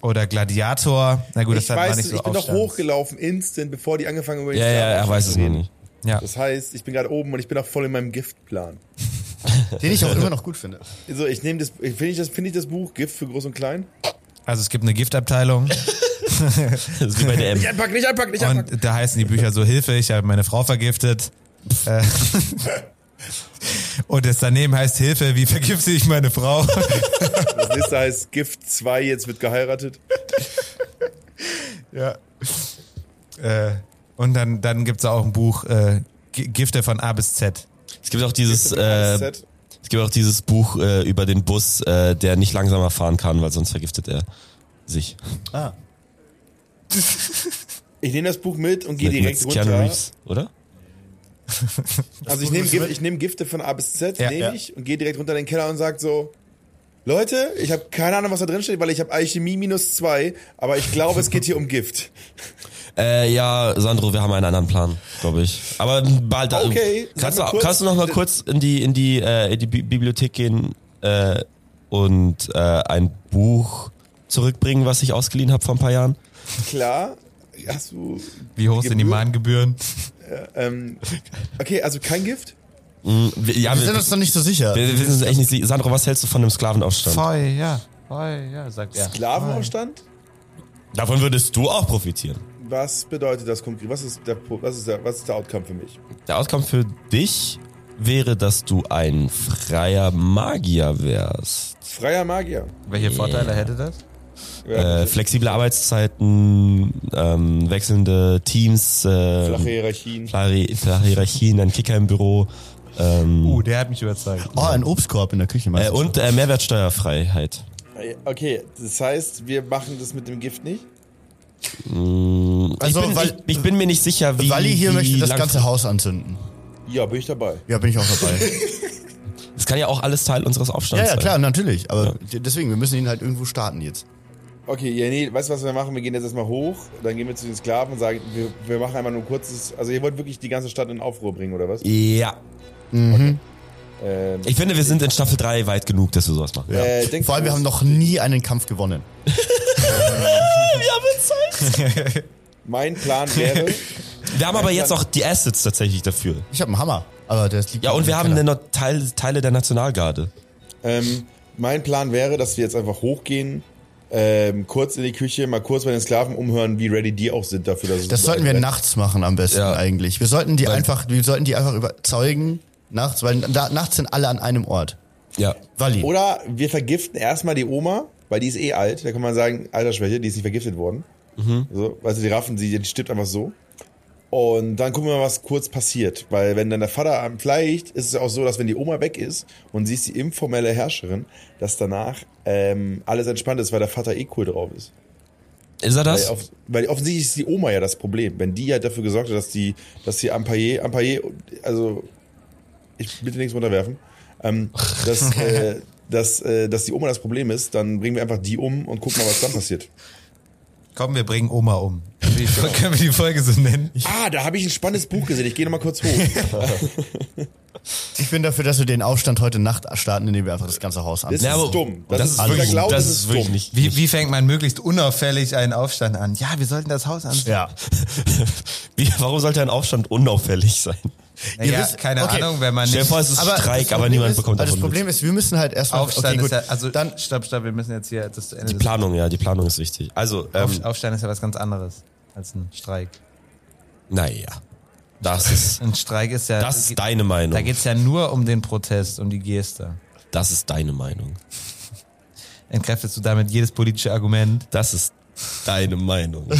Speaker 3: Oder Gladiator. Na gut,
Speaker 5: ich
Speaker 3: das hat man
Speaker 5: weiß,
Speaker 3: nicht
Speaker 5: es,
Speaker 3: so
Speaker 5: ich bin doch
Speaker 3: Aufstand.
Speaker 5: hochgelaufen, instant, bevor die angefangen haben, über den
Speaker 4: Ja, ja,
Speaker 5: Plan
Speaker 4: er weiß es noch
Speaker 5: reden.
Speaker 4: nicht.
Speaker 3: Ja.
Speaker 5: Das heißt, ich bin gerade oben und ich bin auch voll in meinem Giftplan.
Speaker 6: Den ich auch immer noch gut finde.
Speaker 5: Also ich nehme das, finde ich das, finde ich das Buch Gift für Groß und Klein?
Speaker 3: Also es gibt eine Giftabteilung
Speaker 4: Das ist wie bei der M.
Speaker 5: Nicht anpacken, nicht anpacken, nicht anpacken.
Speaker 3: und da heißen die Bücher so Hilfe, ich habe meine Frau vergiftet. Äh, und das daneben heißt Hilfe, wie vergifte ich meine Frau?
Speaker 5: Das nächste heißt Gift 2, jetzt wird geheiratet.
Speaker 3: Ja. Äh, und dann, dann gibt's auch ein Buch äh, G- Gifte von A bis Z.
Speaker 4: Es gibt auch dieses, äh,
Speaker 5: Z.
Speaker 4: es gibt auch dieses Buch äh, über den Bus, äh, der nicht langsamer fahren kann, weil sonst vergiftet er sich.
Speaker 6: Ah.
Speaker 5: Ich nehme das Buch mit und gehe
Speaker 4: Mit-
Speaker 5: direkt
Speaker 4: mit Keanu
Speaker 5: runter.
Speaker 4: Reeves, oder?
Speaker 5: Also ich nehme Gift, ich nehm Gifte von A bis Z,
Speaker 3: Ja,
Speaker 5: nehme
Speaker 3: ja.
Speaker 5: ich und gehe direkt runter in den Keller und sage so, Leute, ich habe keine Ahnung, was da drin steht, weil ich habe Alchemie minus 2, aber ich glaube, es geht hier um Gift.
Speaker 4: Äh, ja, Sandro, wir haben einen anderen Plan, glaube ich. Aber bald.
Speaker 5: Okay,
Speaker 4: Kannst du,
Speaker 5: sag mal kurz-
Speaker 4: kannst du noch mal kurz in die in die äh, in die Bi Bibliothek gehen äh, und äh, ein Buch zurückbringen, was ich ausgeliehen habe vor ein paar Jahren?
Speaker 5: Klar, hast du...
Speaker 3: Wie hoch sind die
Speaker 5: Gebühren?
Speaker 3: Mahngebühren?
Speaker 5: Ähm, okay, also kein Gift?
Speaker 4: Hm, wir- ja,
Speaker 6: Wir
Speaker 4: wir,
Speaker 6: sind uns noch nicht so sicher.
Speaker 4: wir, wir sind uns echt nicht. sie- Sandro, was hältst du von dem Sklavenaufstand?
Speaker 3: Feuer, Feuer, sagt er.
Speaker 5: Sklavenaufstand?
Speaker 4: Davon würdest du auch profitieren.
Speaker 5: Was bedeutet das konkret? Was ist der, Po- was ist der, was ist der Outcome für mich?
Speaker 4: Der Outcome für dich wäre, dass du ein freier Magier wärst.
Speaker 5: Freier Magier.
Speaker 3: Welche Vorteile hätte das?
Speaker 5: Ja,
Speaker 4: Äh, flexible Arbeitszeiten, ähm, wechselnde Teams, äh,
Speaker 5: flache Hierarchien.
Speaker 4: flache flache Hierarchien, ein Kicker im Büro äh, ähm,
Speaker 3: Uh, der hat mich überzeugt.
Speaker 6: Oh, ein Obstkorb in der Küche
Speaker 4: äh,
Speaker 6: meistens.
Speaker 4: und äh, Mehrwertsteuerfreiheit.
Speaker 5: Äh, Okay, das heißt, wir machen das mit dem Gift nicht?
Speaker 6: Also,
Speaker 4: ich, bin,
Speaker 6: weil-
Speaker 4: ich, ich bin mir nicht sicher, wie.
Speaker 6: Walli hier
Speaker 4: wie
Speaker 6: möchte das
Speaker 4: lang-
Speaker 6: ganze Haus anzünden.
Speaker 5: Ja, bin ich dabei.
Speaker 6: Ja, bin ich auch dabei.
Speaker 4: Das kann ja auch alles Teil unseres
Speaker 6: ja,
Speaker 4: Aufstands
Speaker 6: ja,
Speaker 4: sein.
Speaker 6: klar, natürlich. Aber d- deswegen, wir müssen ihn halt irgendwo starten jetzt.
Speaker 5: Okay, ja, nee, weißt du, was wir machen? Wir gehen jetzt erstmal hoch, dann gehen wir zu den Sklaven und sagen, wir, wir machen einmal nur ein kurzes. Also, ihr wollt wirklich die ganze Stadt in Aufruhr bringen, oder was?
Speaker 4: Ja.
Speaker 5: Ähm,
Speaker 4: Ich finde, wir sind in Staffel 3 weit genug, dass wir sowas machen.
Speaker 6: Ja.
Speaker 5: Äh, denkst
Speaker 6: Vor allem,
Speaker 5: du-
Speaker 6: wir haben noch nie einen Kampf gewonnen.
Speaker 5: mein Plan wäre.
Speaker 4: Wir haben aber jetzt auch die Assets tatsächlich dafür.
Speaker 6: Ich habe einen Hammer, aber der liegt
Speaker 4: Ja,
Speaker 6: noch
Speaker 4: und
Speaker 6: im
Speaker 4: wir haben
Speaker 6: Keller.
Speaker 4: dann noch Teil, Teile der Nationalgarde.
Speaker 5: ähm, mein Plan wäre, dass wir jetzt einfach hochgehen, ähm, kurz in die Küche, mal kurz bei den Sklaven umhören, wie ready die auch sind dafür, dass es
Speaker 6: Das sollten wir nachts machen am besten
Speaker 4: Ja.
Speaker 6: eigentlich. Wir sollten die
Speaker 4: Weil-
Speaker 6: einfach, wir sollten die einfach überzeugen nachts, weil da, nachts sind alle an einem Ort.
Speaker 4: Ja.
Speaker 6: Walli.
Speaker 5: Oder wir vergiften erstmal die Oma, weil die ist eh alt. Da kann man sagen, Altersschwäche, die ist nicht vergiftet worden. So, weißt du, die Raffen, sie die stirbt einfach so. Und dann gucken wir mal, was kurz passiert. Weil wenn dann der Vater, am- vielleicht ist es auch so, dass wenn die Oma weg ist und sie ist die informelle Herrscherin, dass danach ähm, alles entspannt ist, weil der Vater eh cool drauf ist.
Speaker 4: Ist er
Speaker 5: Weil,
Speaker 4: das?
Speaker 5: off weil offensichtlich ist die Oma ja das Problem. Wenn die ja dafür gesorgt hat, dass die, dass die Ampayé, Ampayé, also ich bitte nichts runterwerfen, ähm, dass, äh, dass, äh, dass die Oma das Problem ist, dann bringen wir einfach die um und gucken mal, was dann passiert.
Speaker 3: Komm, wir bringen Oma um. Wie können wir die Folge so nennen?
Speaker 5: Ah, da habe ich ein spannendes Buch gesehen. Ich gehe nochmal kurz hoch.
Speaker 6: Ich bin dafür, dass wir den Aufstand heute Nacht starten, indem wir einfach das ganze Haus
Speaker 5: Das
Speaker 6: anzünden.
Speaker 4: Ja, aber-
Speaker 5: ist dumm.
Speaker 4: Das, ist
Speaker 5: wer
Speaker 4: wirklich,
Speaker 5: glaubt,
Speaker 4: das ist wirklich
Speaker 5: dumm.
Speaker 4: nicht.
Speaker 3: Wie, wie fängt man möglichst unauffällig einen Aufstand an? Ja, wir sollten das Haus anzünden.
Speaker 6: Ja.
Speaker 4: Wie, warum sollte ein Aufstand unauffällig sein?
Speaker 3: Ja, naja,
Speaker 6: Ihr wisst-
Speaker 3: keine
Speaker 6: okay.
Speaker 3: Ahnung, wenn man
Speaker 4: Stell dir
Speaker 3: nicht
Speaker 4: vor, es ist
Speaker 6: das
Speaker 4: Streik, aber
Speaker 6: Problem
Speaker 4: niemand
Speaker 6: ist,
Speaker 4: bekommt
Speaker 6: aber Das
Speaker 4: davon
Speaker 6: Problem ist, wir müssen halt erstmal.
Speaker 3: Aufstand
Speaker 6: okay, gut.
Speaker 3: ist ja, also
Speaker 6: dann,
Speaker 3: dann stopp, stopp, wir müssen jetzt hier das zu Ende.
Speaker 4: Die
Speaker 3: des-
Speaker 4: Planung, ja, die Planung ist wichtig. Also,
Speaker 3: Auf,
Speaker 4: ähm,
Speaker 3: Aufstand ist ja was ganz anderes als ein Streik.
Speaker 4: naja. Das ist,
Speaker 3: Ein Streik ist ja
Speaker 4: das ist deine Meinung.
Speaker 3: Da geht's ja nur um den Protest, um die Geste.
Speaker 4: Das ist deine Meinung.
Speaker 3: Entkräftest du damit jedes politische Argument?
Speaker 4: Das ist deine Meinung.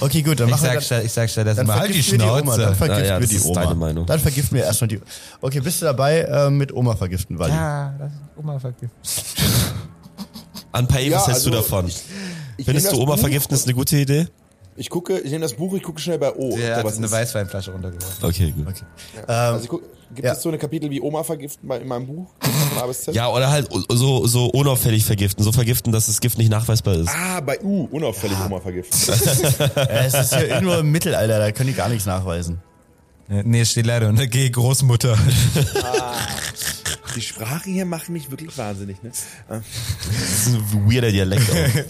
Speaker 6: okay, gut, dann
Speaker 3: Ich
Speaker 6: machen wir
Speaker 3: sag,
Speaker 6: das.
Speaker 3: statt, ich sag stattdessen
Speaker 6: Dann
Speaker 3: mal, halt die
Speaker 6: vergiften wir die Oma, dann
Speaker 3: Schnauze.
Speaker 6: vergiften
Speaker 4: Ja, ja,
Speaker 6: wir
Speaker 4: das
Speaker 6: die
Speaker 4: ist
Speaker 6: Oma.
Speaker 4: deine Meinung.
Speaker 6: Dann vergiften wir erstmal die Okay, bist du dabei äh, mit Oma vergiften, Walli?
Speaker 3: ja, das ist Oma vergiften.
Speaker 4: An Pae,
Speaker 5: Ja,
Speaker 4: was hältst
Speaker 5: also,
Speaker 4: du davon?
Speaker 5: Ich
Speaker 4: Findest
Speaker 5: nehm
Speaker 4: du
Speaker 5: das
Speaker 4: Oma
Speaker 5: Buch,
Speaker 4: vergiften ist eine gute Idee?
Speaker 5: Ich gucke, ich nehme das Buch, ich gucke schnell bei O.
Speaker 3: Der
Speaker 5: ob da
Speaker 3: hat
Speaker 5: was
Speaker 3: eine
Speaker 5: ist.
Speaker 3: Weißweinflasche runtergeworfen.
Speaker 4: Okay, gut. Ähm,
Speaker 5: also ich guck, gibt
Speaker 6: Ja.
Speaker 5: es so eine Kapitel wie Oma vergiften bei- in meinem Buch? Von A bis Z?
Speaker 4: Ja, oder halt so, so unauffällig vergiften. So vergiften, dass das Gift nicht nachweisbar ist.
Speaker 5: Ah, bei U, unauffällig Oma vergiften.
Speaker 6: Äh, es ist hier irgendwo im Mittelalter, da können die gar nichts nachweisen.
Speaker 3: Nee, es steht leider unter G Großmutter.
Speaker 5: Die Sprache hier macht mich wirklich wahnsinnig, ne?
Speaker 4: Das ist ein weirder Dialekt auch.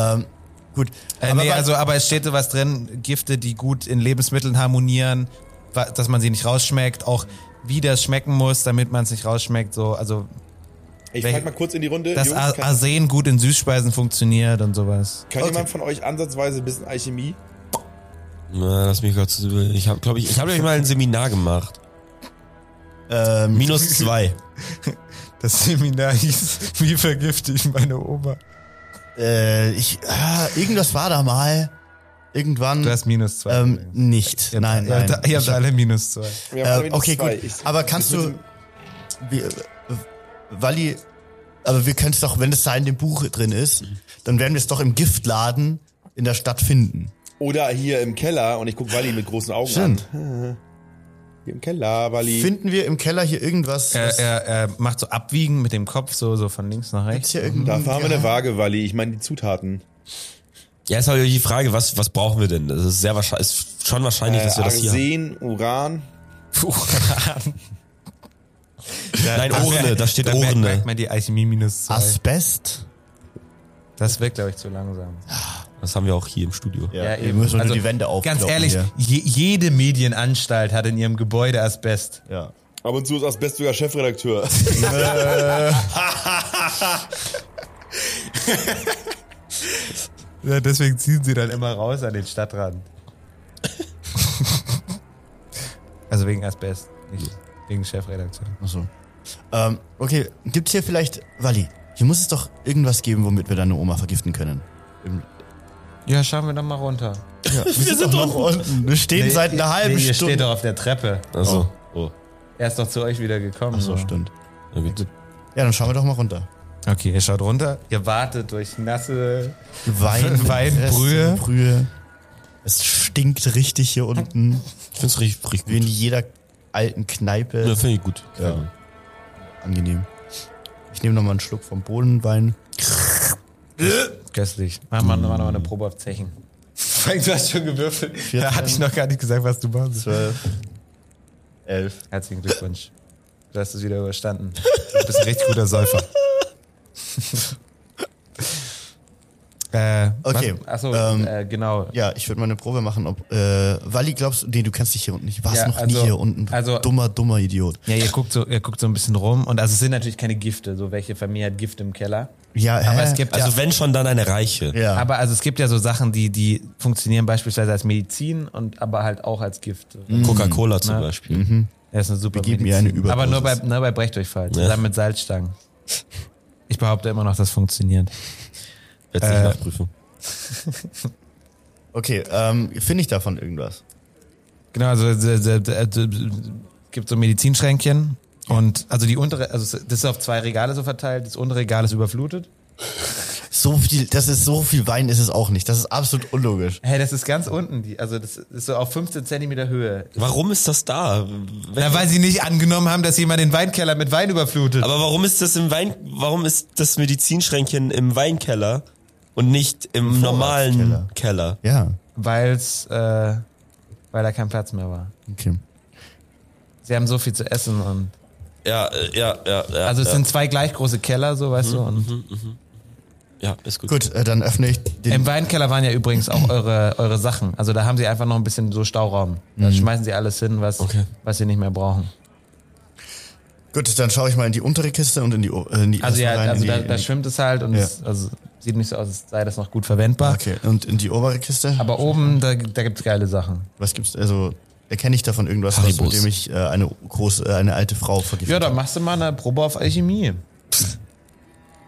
Speaker 6: Ähm, gut.
Speaker 3: Äh,
Speaker 6: aber
Speaker 3: nee,
Speaker 6: wa-
Speaker 3: also, aber es steht da was drin, Gifte, die gut in Lebensmitteln harmonieren, wa- dass man sie nicht rausschmeckt, auch wie das schmecken muss, damit man es nicht rausschmeckt, so, also,
Speaker 5: Ich
Speaker 3: Welche-
Speaker 5: frag mal kurz in die Runde.
Speaker 3: dass
Speaker 5: Jungs,
Speaker 3: A-
Speaker 5: kann,
Speaker 3: Arsen gut in Süßspeisen funktioniert und sowas.
Speaker 5: kann jemand von euch ansatzweise ein bisschen Alchemie?
Speaker 4: Na, lass mich kurz. Ich habe, glaube ich, ich habe nämlich mal ein Seminar gemacht.
Speaker 6: ähm,
Speaker 4: Minus zwei.
Speaker 3: Das Seminar hieß, wie vergifte ich meine Oma?
Speaker 6: äh, ich, ah, irgendwas war da mal. Irgendwann.
Speaker 3: Du hast minus zwei.
Speaker 6: ähm, nicht.
Speaker 3: Ihr habt-
Speaker 6: nein,
Speaker 3: ihr habt-
Speaker 6: nein.
Speaker 3: Ihr habt alle minus zwei.
Speaker 5: Wir haben alle
Speaker 6: äh,
Speaker 5: minus
Speaker 6: okay,
Speaker 5: zwei.
Speaker 6: gut.
Speaker 5: Ich-
Speaker 6: aber kannst
Speaker 5: ich-
Speaker 6: du, wie, äh, Walli, aber wir können es doch, wenn das da in dem Buch drin ist, dann werden wir es doch im Giftladen in der Stadt finden.
Speaker 5: Oder hier im Keller und ich guck Wally mit großen Augen
Speaker 6: Stimmt.
Speaker 5: an. Hier im Keller, Wally.
Speaker 6: Finden wir im Keller hier irgendwas?
Speaker 3: Er,
Speaker 6: was-
Speaker 3: er, er macht so Abwiegen mit dem Kopf, so, so von links nach
Speaker 6: gibt's
Speaker 3: rechts.
Speaker 6: hier irgend-
Speaker 5: Dafür haben wir eine Waage, Wally. Ich meine die Zutaten.
Speaker 4: Ja, ist halt die Frage, was, was brauchen wir denn? Das ist sehr wahrscheinlich, ist schon
Speaker 5: Äh,
Speaker 4: wahrscheinlich, dass wir das hier haben.
Speaker 5: Arsen, Uran.
Speaker 4: Nein, Urne, da steht
Speaker 3: Da merkt- merkt
Speaker 4: Urne.
Speaker 3: man die Alchemie minus zwei.
Speaker 6: Asbest?
Speaker 3: Das wird, glaube ich, zu langsam.
Speaker 4: Das haben wir auch hier im Studio.
Speaker 3: Ja,
Speaker 6: wir
Speaker 3: eben.
Speaker 6: müssen
Speaker 3: Also,
Speaker 6: nur die Wände aufkloppen
Speaker 3: Ganz ehrlich,
Speaker 6: Hier.
Speaker 3: je, jede Medienanstalt hat in ihrem Gebäude Asbest.
Speaker 6: Ja.
Speaker 5: Ab und zu ist Asbest sogar Chefredakteur.
Speaker 3: Ja, deswegen ziehen sie dann immer raus an den Stadtrand. also wegen Asbest, nicht wegen Chefredaktion.
Speaker 6: Achso. Ähm, okay, gibt's hier vielleicht, Walli, hier muss es doch irgendwas geben, womit wir deine Oma vergiften können. Im,
Speaker 3: Ja, schauen wir dann mal runter.
Speaker 6: wir, sind, doch noch unten. Wir stehen seit einer halben
Speaker 3: ihr
Speaker 6: Stunde.
Speaker 3: steht doch auf der Treppe.
Speaker 4: Also, oh.
Speaker 3: Er ist doch zu euch wieder gekommen.
Speaker 6: Ach so,
Speaker 3: So.
Speaker 6: stimmt.
Speaker 4: Na gut.
Speaker 6: Ja, dann schauen wir doch mal runter.
Speaker 3: Okay, ihr schaut runter. Ihr wartet durch nasse...
Speaker 6: Wein,
Speaker 3: Weinbrühe.
Speaker 6: Reste, Brühe. Es stinkt richtig hier unten,
Speaker 4: Ich find's richtig, richtig
Speaker 6: wie in
Speaker 4: gut.
Speaker 6: jeder alten
Speaker 4: Ja,
Speaker 6: Kneipe.
Speaker 4: finde ich gut.
Speaker 6: Ja. Angenehm. Ich nehme nochmal einen Schluck vom Bodenwein.
Speaker 3: Köstlich. Machen wir nochmal eine Probe auf Zechen. Frank, du hast schon gewürfelt.
Speaker 6: 14.
Speaker 3: Da hatte ich noch gar nicht gesagt, was du machst.
Speaker 6: 12, 11.
Speaker 3: Herzlichen Glückwunsch. Du hast es wieder überstanden. Du bist ein richtig guter Säufer. äh,
Speaker 6: Okay,
Speaker 3: was- Achso,
Speaker 6: ähm,
Speaker 3: äh, genau.
Speaker 6: Ja, ich würde mal eine Probe machen, ob äh, Wally glaubst du, nee, du kannst dich hier unten. Ich warst
Speaker 3: Ja,
Speaker 6: noch nie
Speaker 3: also-
Speaker 6: hier unten. du
Speaker 3: also-
Speaker 6: dummer, dummer Idiot.
Speaker 3: Ja, ihr guckt, so, ihr guckt so ein bisschen rum. Und also es sind natürlich keine Gifte. So, welche Familie hat Gift im Keller?
Speaker 6: Ja, hä?
Speaker 3: Aber es gibt
Speaker 4: Also
Speaker 3: ja.
Speaker 4: wenn schon, dann eine reiche.
Speaker 6: ja.
Speaker 3: Aber also es gibt ja so Sachen, die, die funktionieren beispielsweise als Medizin und aber halt auch als Gift.
Speaker 4: Coca-Cola zum Beispiel.
Speaker 3: Das ist eine super
Speaker 6: Mhm. Wir geben ihr
Speaker 3: Medizin.
Speaker 6: eine Überdosis.
Speaker 3: Aber nur bei, nur bei Brechdurchfall, zusammen mit Salzstangen. Ich behaupte immer noch, das funktioniert.
Speaker 4: Werde ich
Speaker 3: Äh,
Speaker 4: nachprüfen.
Speaker 6: okay, ähm, finde ich davon irgendwas?
Speaker 3: Genau, also äh, gibt so Medizinschränkchen und also die untere, also das ist auf zwei Regale so verteilt, das untere Regal ist überflutet.
Speaker 6: So viel, das ist so viel Wein ist es auch nicht. Das ist absolut unlogisch.
Speaker 3: Hey, das ist ganz unten, die, also das ist so auf 15 Zentimeter Höhe.
Speaker 4: Warum ist das da?
Speaker 3: Na, weil sie nicht angenommen haben, dass jemand den Weinkeller mit Wein überflutet.
Speaker 4: Aber warum ist das im Wein, warum ist das Medizinschränkchen im Weinkeller und nicht im normalen Keller?
Speaker 6: Ja,
Speaker 3: Weil's, äh, weil da kein Platz mehr war.
Speaker 6: okay.
Speaker 3: Sie haben so viel zu essen und
Speaker 4: Ja, äh, ja, ja, ja.
Speaker 3: also es
Speaker 4: ja,
Speaker 3: sind zwei gleich große Keller, so weißt du. Und
Speaker 4: ja, ist gut.
Speaker 6: Gut, äh, dann öffne ich den.
Speaker 3: Im Weinkeller waren ja übrigens auch eure, eure Sachen. Also da haben sie einfach noch ein bisschen so Stauraum. Da schmeißen sie alles hin, was,
Speaker 4: Okay.
Speaker 3: was sie nicht mehr brauchen.
Speaker 6: Gut, dann schaue ich mal in die untere Kiste und in die, o- äh, in die
Speaker 3: Also ja,
Speaker 6: erste rein,
Speaker 3: also
Speaker 6: in
Speaker 3: da,
Speaker 6: die, in
Speaker 3: da
Speaker 6: die-
Speaker 3: schwimmt es halt und
Speaker 6: Ja.
Speaker 3: es also sieht nicht so aus, als sei das noch gut verwendbar.
Speaker 6: Okay, und in die obere Kiste.
Speaker 3: Aber oben, da, da gibt's geile Sachen.
Speaker 6: was gibt's? Also erkenne ich davon irgendwas, was, mit
Speaker 4: Haribos.
Speaker 6: dem ich äh, eine große, äh, eine alte Frau vergiftet?
Speaker 3: Ja, da
Speaker 6: habe?
Speaker 3: machst du mal eine Probe auf Alchemie.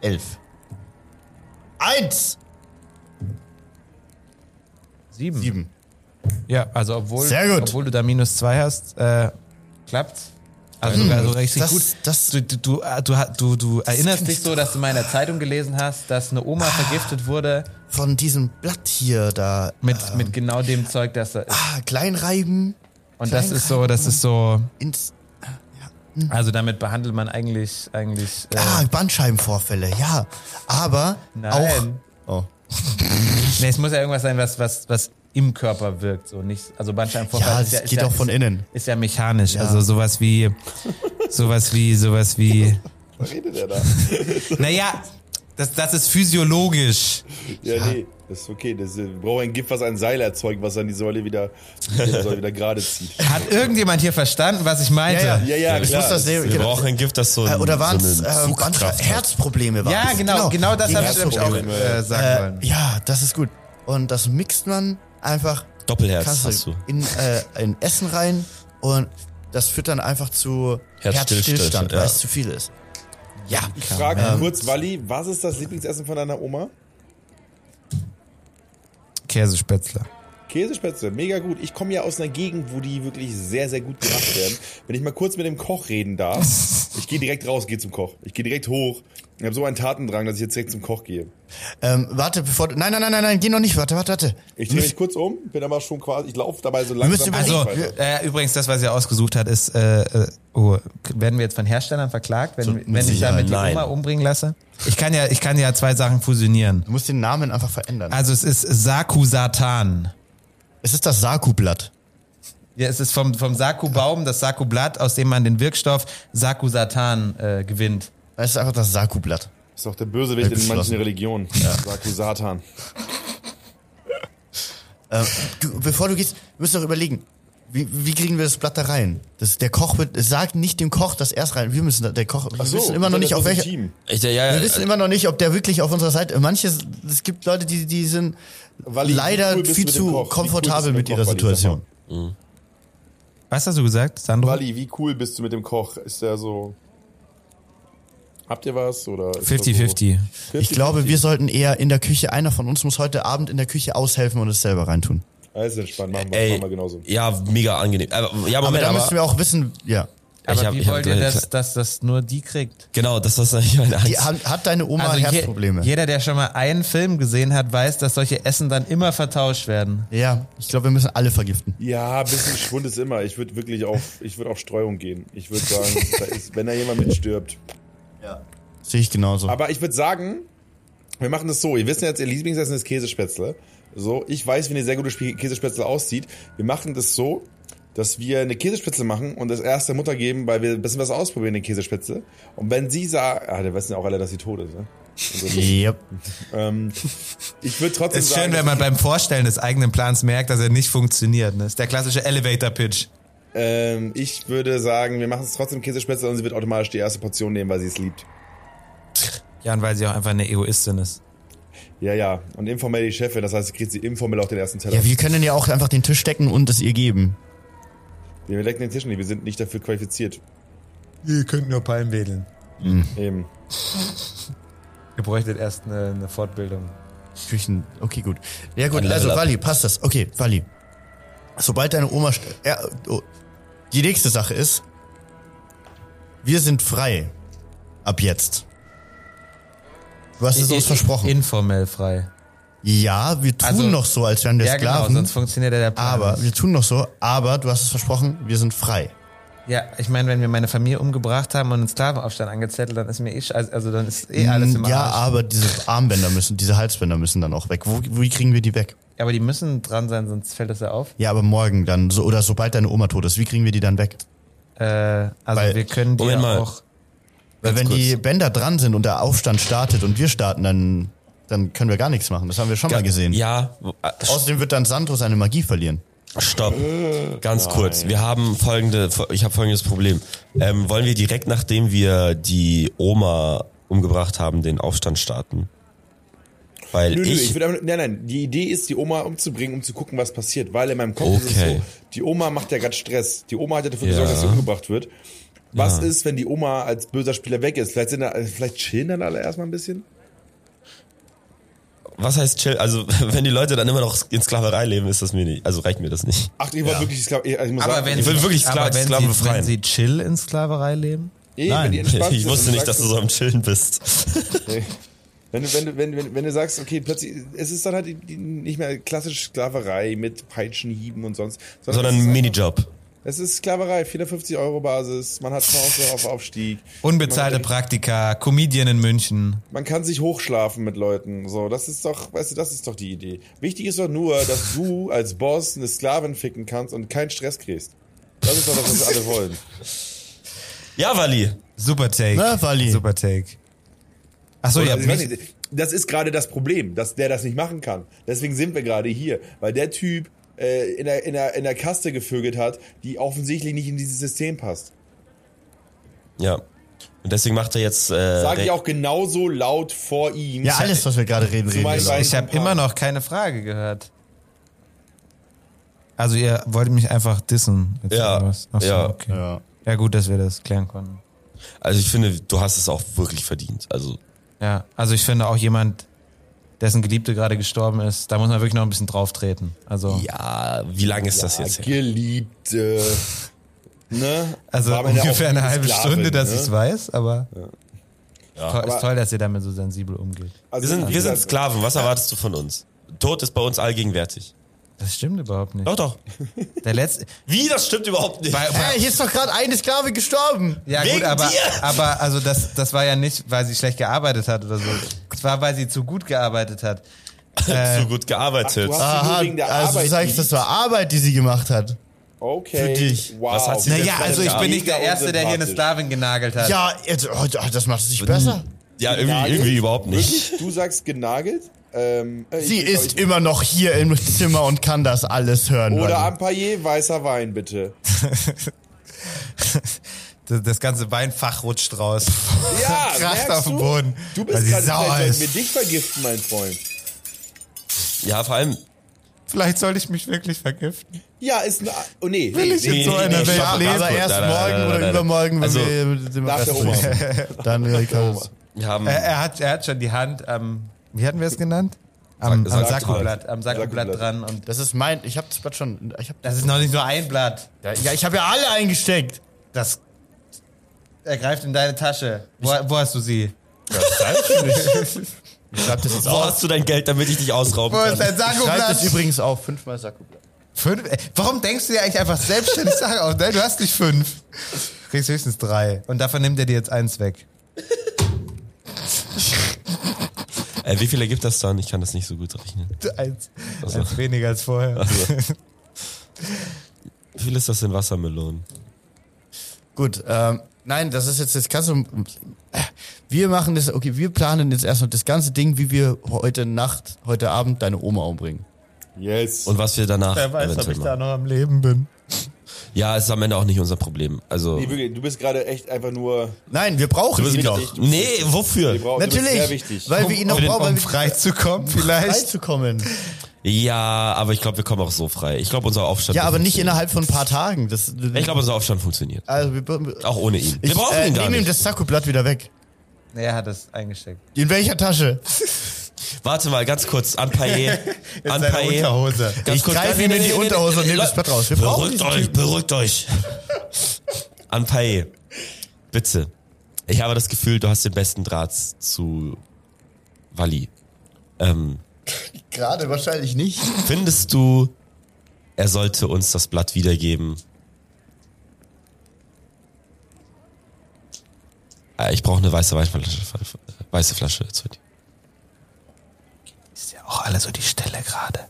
Speaker 6: elf. Eins,
Speaker 3: Sieben.
Speaker 6: sieben.
Speaker 3: Ja, also obwohl,
Speaker 6: Sehr gut.
Speaker 3: obwohl du da minus zwei hast, äh, klappt's. Also sogar so richtig
Speaker 6: Hm. das-
Speaker 3: gut.
Speaker 6: das-
Speaker 3: du, du, du, äh, du, ha- du, du erinnerst
Speaker 6: kenn
Speaker 3: dich Ah.
Speaker 6: ich
Speaker 3: so, dass du mal in der Zeitung gelesen hast, dass eine Oma vergiftet wurde
Speaker 6: Von diesem Blatt hier da. ähm,
Speaker 3: mit, mit genau dem Zeug, das da ist.
Speaker 6: Ah, kleinreiben
Speaker 3: Und das ist so, das ist so,
Speaker 6: ins.
Speaker 3: also damit behandelt man eigentlich, eigentlich, äh,
Speaker 6: Ah, Bandscheibenvorfälle, ja. Aber
Speaker 3: Nein.
Speaker 6: auch. Oh.
Speaker 3: nee, es muss ja irgendwas sein, was, was, was im Körper wirkt. So nicht, also Bandscheibenvorfall
Speaker 6: Ja,
Speaker 3: ist
Speaker 6: das
Speaker 3: ist
Speaker 6: geht auch von
Speaker 3: ist,
Speaker 6: innen.
Speaker 3: Ist ja mechanisch. Also sowas wie, sowas wie, sowas wie.
Speaker 5: Was redet er da?
Speaker 3: Naja, das, das ist physiologisch.
Speaker 5: Ja, nee, das ist okay. Das, äh, wir brauchen ein Gift, was ein Seil erzeugt, was dann die Säule wieder, die Säule wieder gerade zieht.
Speaker 3: Hat irgendjemand hier verstanden, was ich meinte?
Speaker 6: Ja,
Speaker 5: Ja, ja,
Speaker 6: Ich
Speaker 5: klar.
Speaker 6: wusste das sehr
Speaker 4: Wir
Speaker 6: genau.
Speaker 4: brauchen ein Gift, das so
Speaker 6: Äh,
Speaker 4: ein,
Speaker 6: Oder waren es
Speaker 4: so eine
Speaker 6: äh,
Speaker 4: Zugkraft halt.
Speaker 6: Bandschei-
Speaker 4: hat.
Speaker 6: Herzprobleme? Waren
Speaker 3: Ja,
Speaker 6: es.
Speaker 3: genau, genau das
Speaker 6: Die
Speaker 3: habe ich glaub ich auch
Speaker 6: Herzprobleme.
Speaker 3: äh, sagen wollen.
Speaker 6: Äh, ja, das ist gut. Und das mixt man einfach
Speaker 4: Doppelherz hast
Speaker 6: kannst
Speaker 4: du.
Speaker 6: du in, äh, in Essen rein und das führt dann einfach zu
Speaker 4: Herzstillstand,
Speaker 6: Herzstillstand, weil
Speaker 4: ja.
Speaker 6: es zu viel ist. Ja, Ähm,
Speaker 5: Ich frage kurz, Walli, was ist das Lieblingsessen von deiner Oma?
Speaker 3: Käsespätzle.
Speaker 5: Käsespätzle, mega gut. Ich komme ja aus einer Gegend, wo die wirklich sehr, sehr gut gemacht werden. Wenn ich mal kurz mit dem Koch reden darf, ich gehe direkt raus, gehe zum Koch. Ich gehe direkt hoch. Ich habe so einen Tatendrang, dass ich jetzt direkt zum Koch gehe.
Speaker 6: ähm, warte, bevor du, nein, nein, nein, nein, nein, geh noch nicht, warte, warte, warte.
Speaker 5: Ich drehe mich kurz um, bin aber schon quasi, ich laufe dabei so
Speaker 6: müssen
Speaker 5: langsam.
Speaker 6: überlegen,
Speaker 5: weiter.
Speaker 3: Also, äh, übrigens, das, was er ausgesucht hat, ist, äh, äh, oh, werden wir jetzt von Herstellern verklagt, wenn, wenn ich
Speaker 4: Sicherheit,
Speaker 3: damit die
Speaker 4: nein.
Speaker 3: Oma umbringen lasse? Ich kann ja, ich kann ja zwei Sachen fusionieren.
Speaker 6: Du musst den Namen einfach verändern.
Speaker 3: Also es ist Saku Satan.
Speaker 6: Es ist das Saku-Blatt.
Speaker 3: Ja, es ist vom, vom Saku-Baum, das Saku-Blatt, aus dem man den Wirkstoff Saku Satan äh, gewinnt.
Speaker 6: Es ist einfach das Saku-Blatt.
Speaker 5: ist doch der Bösewicht in manchen
Speaker 6: Geschlossen.
Speaker 5: Religionen. Ja. Saku Satan.
Speaker 6: Ähm, du, bevor du gehst, müssen wir doch überlegen, wie, wie kriegen wir das Blatt da rein? Das, der Koch wird, sagt nicht dem Koch, dass er es rein. Wir müssen, da- der Koch, wir wissen immer noch
Speaker 5: das
Speaker 6: nicht,
Speaker 5: ist
Speaker 6: auf
Speaker 5: das
Speaker 6: welcher.
Speaker 5: Team.
Speaker 4: Ich, ja, ja, äh,
Speaker 6: Wir wissen immer noch nicht, ob der wirklich auf unserer Seite. Manche, es gibt Leute, die, die sind
Speaker 5: Walli, wie
Speaker 6: leider
Speaker 5: cool bist
Speaker 6: viel
Speaker 5: du mit dem
Speaker 6: zu
Speaker 5: Koch? Wie cool bist du
Speaker 6: komfortabel
Speaker 5: mit
Speaker 6: mit
Speaker 5: dem
Speaker 6: ihrer
Speaker 5: Koch, Walli, sag mal.
Speaker 6: Situation.
Speaker 3: Was hast du gesagt, Sandro?
Speaker 5: Walli, wie cool bist du mit dem Koch? Ist der so. Habt ihr was? oder? ist er so-
Speaker 3: 50-50.
Speaker 6: Ich glaube, wir sollten eher in der Küche, einer von uns muss heute Abend in der Küche aushelfen und es selber reintun.
Speaker 5: Alles Ah, entspannt, machen wir,
Speaker 4: Ey,
Speaker 5: machen wir genauso.
Speaker 4: ja, mega angenehm. Aber, ja,
Speaker 6: Aber
Speaker 4: Moment,
Speaker 6: da
Speaker 4: aber,
Speaker 6: müssen wir auch wissen, ja.
Speaker 3: Aber
Speaker 4: Also, ich hab,
Speaker 3: wie
Speaker 4: ich hab,
Speaker 3: wollt ihr, dass, dass das nur die kriegt?
Speaker 4: Genau, das ist nicht meine Angst.
Speaker 6: Die, hat, hat deine Oma
Speaker 3: Also je-
Speaker 6: Herzprobleme?
Speaker 3: jeder, der schon mal einen Film gesehen hat, weiß, dass solche Essen dann immer vertauscht werden.
Speaker 6: ja, ich glaube, wir müssen alle vergiften.
Speaker 5: Ja, ein bisschen Schwund ist immer. Ich würde wirklich auf, ich würde auf Streuung gehen. Ich würde sagen, da ist, wenn da jemand mit stirbt.
Speaker 6: Sehe ich genauso.
Speaker 5: Aber ich würde sagen, wir machen das so. Ihr wisst ja jetzt, ihr Lieblingsessen ist Käsespätzle. So, ich weiß, wie eine sehr gute Spie- Käsespätzle aussieht. Wir machen das so, dass wir eine Käsespätzle machen und das erst der Mutter geben, weil wir ein bisschen was ausprobieren, den Käsespätzle. Und wenn sie sagt, ah, wir wissen ja auch alle, dass sie tot ist, ne?
Speaker 6: Yep.
Speaker 5: Ähm, ich würde trotzdem
Speaker 3: Ist
Speaker 5: sagen,
Speaker 3: schön, wenn man beim Vorstellen des eigenen Plans merkt, dass er nicht funktioniert. Ne? Ist der klassische Elevator-Pitch.
Speaker 5: ähm, ich würde sagen, wir machen es trotzdem Käsespätzle und sie wird automatisch die erste Portion nehmen, weil sie es liebt.
Speaker 3: Ja, und weil sie auch einfach eine Egoistin ist.
Speaker 5: Ja, ja. Und informell die Chefin, das heißt, sie kriegt sie informell auf den ersten Teller.
Speaker 6: Ja, wir können ja auch einfach den Tisch decken und es ihr geben.
Speaker 5: wir lecken den Tisch nicht, wir sind nicht dafür qualifiziert.
Speaker 3: Ihr könnt nur Palmen wedeln.
Speaker 5: Eben.
Speaker 3: Ihr bräuchtet erst eine, eine Fortbildung.
Speaker 6: Küchen. Okay, gut. Ja, gut.
Speaker 4: Ein Level
Speaker 6: Also,
Speaker 4: up.
Speaker 6: Wally, passt das. Okay, Wally. Sobald deine Oma. st- Ja, oh. Die nächste Sache ist, wir sind frei. Ab jetzt. Was ist uns versprochen?
Speaker 3: Informell frei.
Speaker 6: ja, wir tun
Speaker 3: Also-
Speaker 6: noch so, als wären wir
Speaker 3: ja, genau,
Speaker 6: Sklaven.
Speaker 3: sonst funktioniert ja der Plan.
Speaker 6: aber wir
Speaker 3: nicht.
Speaker 6: tun noch so, aber du hast es versprochen, wir sind frei.
Speaker 3: ja, ich meine, wenn wir meine Familie umgebracht haben und einen Sklavenaufstand angezettelt, dann ist mir eh, sch- also, also dann ist eh alles im
Speaker 6: Mm, ja,
Speaker 3: Arsch.
Speaker 6: aber diese Armbänder müssen, diese Halsbänder müssen dann auch weg. Wo, wie kriegen wir die weg?
Speaker 3: Aber die müssen dran sein, sonst fällt das ja auf.
Speaker 6: Ja, aber morgen dann, so, oder sobald deine Oma tot ist, wie kriegen wir die dann weg?
Speaker 3: Äh, also
Speaker 6: Weil-
Speaker 3: wir können die
Speaker 4: Moment
Speaker 3: ja
Speaker 4: mal.
Speaker 3: auch.
Speaker 6: Weil
Speaker 4: Ganz
Speaker 6: wenn
Speaker 4: kurz.
Speaker 6: die Bänder dran sind und der Aufstand startet und wir starten, dann, dann können wir gar nichts machen. Das haben wir schon mal gesehen.
Speaker 4: Ja, äh,
Speaker 6: Außerdem wird dann Sandro seine Magie verlieren.
Speaker 4: Stopp. Ganz kurz. Wir haben folgende, ich habe folgendes Problem. Ähm, wollen wir direkt nachdem wir die Oma umgebracht haben, den Aufstand starten? Weil
Speaker 5: Nö, nö, ich
Speaker 4: ich,
Speaker 5: würde einfach, nein, nein, die Idee ist, die Oma umzubringen, um zu gucken, was passiert, weil in meinem Kopf ist es
Speaker 4: Okay.
Speaker 5: so, die Oma macht ja gerade Stress. Die Oma hat ja dafür
Speaker 4: Ja.
Speaker 5: gesorgt, dass sie umgebracht wird. Was ist, wenn die Oma als böser Spieler weg ist? Vielleicht, sind da, äh, vielleicht chillen dann alle erstmal ein bisschen?
Speaker 4: was heißt chill? Also wenn die Leute dann immer noch in Sklaverei leben, ist das mir nicht, also reicht mir das nicht.
Speaker 5: Ach, ich war wirklich Sklav, ich, ich muss sagen,
Speaker 4: ich will wirklich Skla-
Speaker 3: aber wenn
Speaker 4: Sklaven
Speaker 3: sie,
Speaker 4: befreien.
Speaker 3: Wenn sie chill in Sklaverei leben?
Speaker 5: eh, wenn die entspannt
Speaker 4: Ich
Speaker 5: sind
Speaker 4: wusste
Speaker 5: und
Speaker 4: nicht, dass
Speaker 5: sagst-
Speaker 4: du so am Chillen bist.
Speaker 5: Nee. Wenn du, wenn, du, wenn, wenn, wenn du sagst, okay, plötzlich, es ist dann halt die- die- nicht mehr klassische Sklaverei mit Peitschenhieben und sonst,
Speaker 4: Sondern
Speaker 5: es
Speaker 4: ein
Speaker 5: ist
Speaker 4: Minijob.
Speaker 5: einfach- Es ist Sklaverei, 450 Euro Basis, man hat Chance auf Aufstieg.
Speaker 3: Unbezahlte
Speaker 5: Man-
Speaker 3: Praktika, Comedian in München.
Speaker 5: Man kann sich hochschlafen mit Leuten. So, das ist doch, weißt du, das ist doch die Idee. Wichtig ist doch nur, dass du als Boss eine Sklavin ficken kannst und keinen Stress kriegst. Das ist doch, das, was alle wollen.
Speaker 4: Ja, Wally.
Speaker 3: Super Take.
Speaker 6: Na, Wally.
Speaker 3: Super Take. Achso,
Speaker 5: Oder,
Speaker 3: ja,
Speaker 5: also, ich weiß
Speaker 3: mich-
Speaker 5: nicht, das ist gerade das Problem, dass der das nicht machen kann. Deswegen sind wir gerade hier, weil der Typ äh, in, der, in, der, in der Kaste gevögelt hat, die offensichtlich nicht in dieses System passt.
Speaker 4: Ja. Und deswegen macht er jetzt. Äh,
Speaker 5: Sage ich
Speaker 4: Re-
Speaker 5: auch genauso laut vor ihm.
Speaker 6: Ja, alles, was wir gerade reden, reden wir
Speaker 5: meinen
Speaker 6: laut.
Speaker 5: beiden
Speaker 3: ich habe immer noch keine Frage gehört. Also ihr wollt mich einfach dissen. jetzt
Speaker 4: Ja,
Speaker 3: oder was? Ach so,
Speaker 4: ja.
Speaker 3: Okay. ja.
Speaker 6: Ja.
Speaker 3: gut, dass wir das klären konnten.
Speaker 4: Also ich finde, du hast es auch wirklich verdient. Also
Speaker 3: Ja, also ich finde auch jemand, dessen Geliebte gerade gestorben ist, da muss man wirklich noch ein bisschen drauf treten. Also
Speaker 4: ja, wie lange ist das jetzt? Her?
Speaker 5: Geliebte. Ne?
Speaker 3: Also
Speaker 5: War man ja
Speaker 3: ungefähr
Speaker 5: auch
Speaker 3: eine halbe
Speaker 5: Sklavin,
Speaker 3: Stunde, dass
Speaker 5: ne?
Speaker 3: ich's ich es weiß, aber
Speaker 4: Ja.
Speaker 3: toll, ist toll, dass ihr damit so sensibel umgeht.
Speaker 4: Wir
Speaker 5: Also,
Speaker 4: sind,
Speaker 5: wie
Speaker 4: wir sind
Speaker 5: gesagt,
Speaker 4: Sklaven. Was erwartest du von uns? Tod ist bei uns allgegenwärtig.
Speaker 3: Das stimmt überhaupt nicht.
Speaker 4: Doch, doch.
Speaker 3: Der letzte.
Speaker 4: Wie? Das stimmt überhaupt nicht.
Speaker 3: Bei, bei,
Speaker 6: Hey, hier ist doch gerade eine Sklave gestorben.
Speaker 3: ja
Speaker 4: wegen
Speaker 3: gut, aber,
Speaker 4: dir!
Speaker 3: aber also das, das war ja nicht, weil sie schlecht gearbeitet hat oder so. Es war, weil sie zu gut gearbeitet hat.
Speaker 4: so gut gearbeitet.
Speaker 5: Ach, du hast- Nur
Speaker 6: Aha,
Speaker 5: wegen der
Speaker 6: also
Speaker 5: Arbeit
Speaker 6: du sagst,
Speaker 5: liegt.
Speaker 6: das war Arbeit, die sie gemacht hat.
Speaker 5: Okay.
Speaker 6: Für dich.
Speaker 5: Wow.
Speaker 4: Was hat sie denn
Speaker 3: Naja, also ich bin nicht der
Speaker 5: Mega
Speaker 3: Erste, der hier eine
Speaker 5: unsympathisch.
Speaker 3: Sklavin genagelt hat.
Speaker 6: Ja, jetzt, oh, das macht es nicht besser.
Speaker 4: Ja, irgendwie, irgendwie überhaupt nicht.
Speaker 5: Wirklich? Du sagst genagelt? Ähm, äh,
Speaker 6: Sie
Speaker 5: ich-
Speaker 6: ist immer noch hier im Zimmer und kann das alles hören.
Speaker 5: Oder
Speaker 6: Leute.
Speaker 5: am Paillet weißer Wein, bitte.
Speaker 3: Das, das ganze Weinfach rutscht raus.
Speaker 5: Ja,
Speaker 3: kracht
Speaker 5: merkst
Speaker 3: auf den
Speaker 5: du?
Speaker 3: Boden.
Speaker 5: Du
Speaker 3: weil
Speaker 5: bist
Speaker 3: sie
Speaker 5: gerade
Speaker 3: sauer
Speaker 5: vielleicht sollten wir
Speaker 3: ist.
Speaker 5: dich vergiften, mein Freund.
Speaker 4: Ja, vor allem,
Speaker 3: Vielleicht soll ich mich wirklich vergiften.
Speaker 5: Ja, ist ein. Oh nee,
Speaker 6: Will
Speaker 5: nee,
Speaker 6: ich in so
Speaker 4: nee, nee,
Speaker 6: einer Welt
Speaker 4: stopp,
Speaker 6: leben?
Speaker 4: ganz
Speaker 6: Aber
Speaker 4: kurz.
Speaker 6: erst
Speaker 4: Nein, nein, nein,
Speaker 6: morgen
Speaker 4: nein,
Speaker 6: oder
Speaker 4: nein.
Speaker 6: übermorgen, wenn
Speaker 4: Also,
Speaker 6: wir mit dem
Speaker 5: nach der
Speaker 6: Rest durch sind. Dann äh, kann es-
Speaker 4: wir haben.
Speaker 3: Er, er, hat, er hat schon die Hand am, wie hatten wir es genannt? Am, am
Speaker 4: Sack- Sack-
Speaker 3: Sakko-Blatt, am Sakko-Blatt
Speaker 5: Sakko-Blatt.
Speaker 3: dran. Und
Speaker 6: Das ist mein, ich hab das Blatt schon, ich hab,
Speaker 3: das ist noch nicht nur ein Blatt.
Speaker 6: ja, ich hab ja alle eingesteckt.
Speaker 3: Das er greift in deine Tasche. Wo, wo hast du sie?
Speaker 6: Ich schreib das jetzt
Speaker 4: Wo
Speaker 6: auf.
Speaker 4: hast du dein Geld, damit ich dich ausrauben
Speaker 3: Wo ist
Speaker 4: kann?
Speaker 3: dein
Speaker 6: Ich schreib das
Speaker 3: Sakko-Blatt?
Speaker 6: übrigens auf, fünfmal Sackoblatt.
Speaker 3: Fünf? Ey, Warum denkst du dir eigentlich einfach selbstständig Sachen aus? Nein, du hast nicht fünf. Du kriegst höchstens drei. Und davon nimmt er dir jetzt eins weg.
Speaker 4: Äh, wie viel ergibt das dann? Ich kann das nicht so gut rechnen.
Speaker 3: Eins,
Speaker 4: Also.
Speaker 3: eins weniger als vorher.
Speaker 4: Wie viel ist das in Wassermelonen?
Speaker 6: Gut, ähm, nein, das ist jetzt das ganze. Wir machen das, okay, wir planen jetzt erstmal das ganze Ding, wie wir heute Nacht, heute Abend deine Oma umbringen.
Speaker 5: Yes.
Speaker 4: Und was wir danach
Speaker 3: Wer weiß, ob
Speaker 4: eventuell
Speaker 3: ich da
Speaker 4: machen.
Speaker 3: noch am Leben bin.
Speaker 4: Ja, ist am Ende auch nicht unser Problem. Also.
Speaker 5: nee, wirklich, du bist gerade echt einfach nur.
Speaker 6: Nein, wir brauchen
Speaker 4: Du
Speaker 6: ihn
Speaker 4: bist-
Speaker 6: doch.
Speaker 4: Nee,
Speaker 5: Wir
Speaker 4: wofür?
Speaker 5: brauchen, Du
Speaker 6: Natürlich,
Speaker 5: bist sehr wichtig.
Speaker 6: weil wir ihn noch
Speaker 4: um den-
Speaker 6: brauchen, weil
Speaker 3: Um
Speaker 6: wir
Speaker 3: freizukommen vielleicht.
Speaker 6: freizukommen.
Speaker 4: Ja, aber ich glaube, wir kommen auch so frei. Ich glaube, unser Aufstand.
Speaker 6: Ja, aber
Speaker 4: wird
Speaker 6: nicht
Speaker 4: funktionieren.
Speaker 6: innerhalb von ein paar Tagen. Das,
Speaker 4: Ich glaube, unser Aufstand funktioniert.
Speaker 6: also wir,
Speaker 4: Auch ohne ihn. Wir
Speaker 6: ich,
Speaker 4: brauchen
Speaker 6: äh,
Speaker 4: ihn gar
Speaker 6: nehme ihm
Speaker 4: nicht.
Speaker 6: das Sakoblatt wieder weg.
Speaker 3: Nee, er hat es eingesteckt.
Speaker 6: In welcher Tasche?
Speaker 4: Warte mal, ganz kurz. An Paillet. An
Speaker 3: seine
Speaker 4: Paillet.
Speaker 3: Unterhose.
Speaker 4: Ganz
Speaker 6: Ich greife ihm in die Unterhose und nehme das Blatt raus. Wir brauchen
Speaker 4: Beruhigt
Speaker 6: diesen
Speaker 4: euch, beruhigt euch. An Paillet. Bitte. Ich habe das Gefühl, du hast den besten Draht zu Wally. Ähm,
Speaker 6: Gerade wahrscheinlich nicht.
Speaker 4: findest du, er sollte uns das Blatt wiedergeben? Äh, Ich brauche eine weiße Weinflasche. Weiße Flasche äh, zu dir.
Speaker 3: Ist ja auch alle so die Stelle gerade.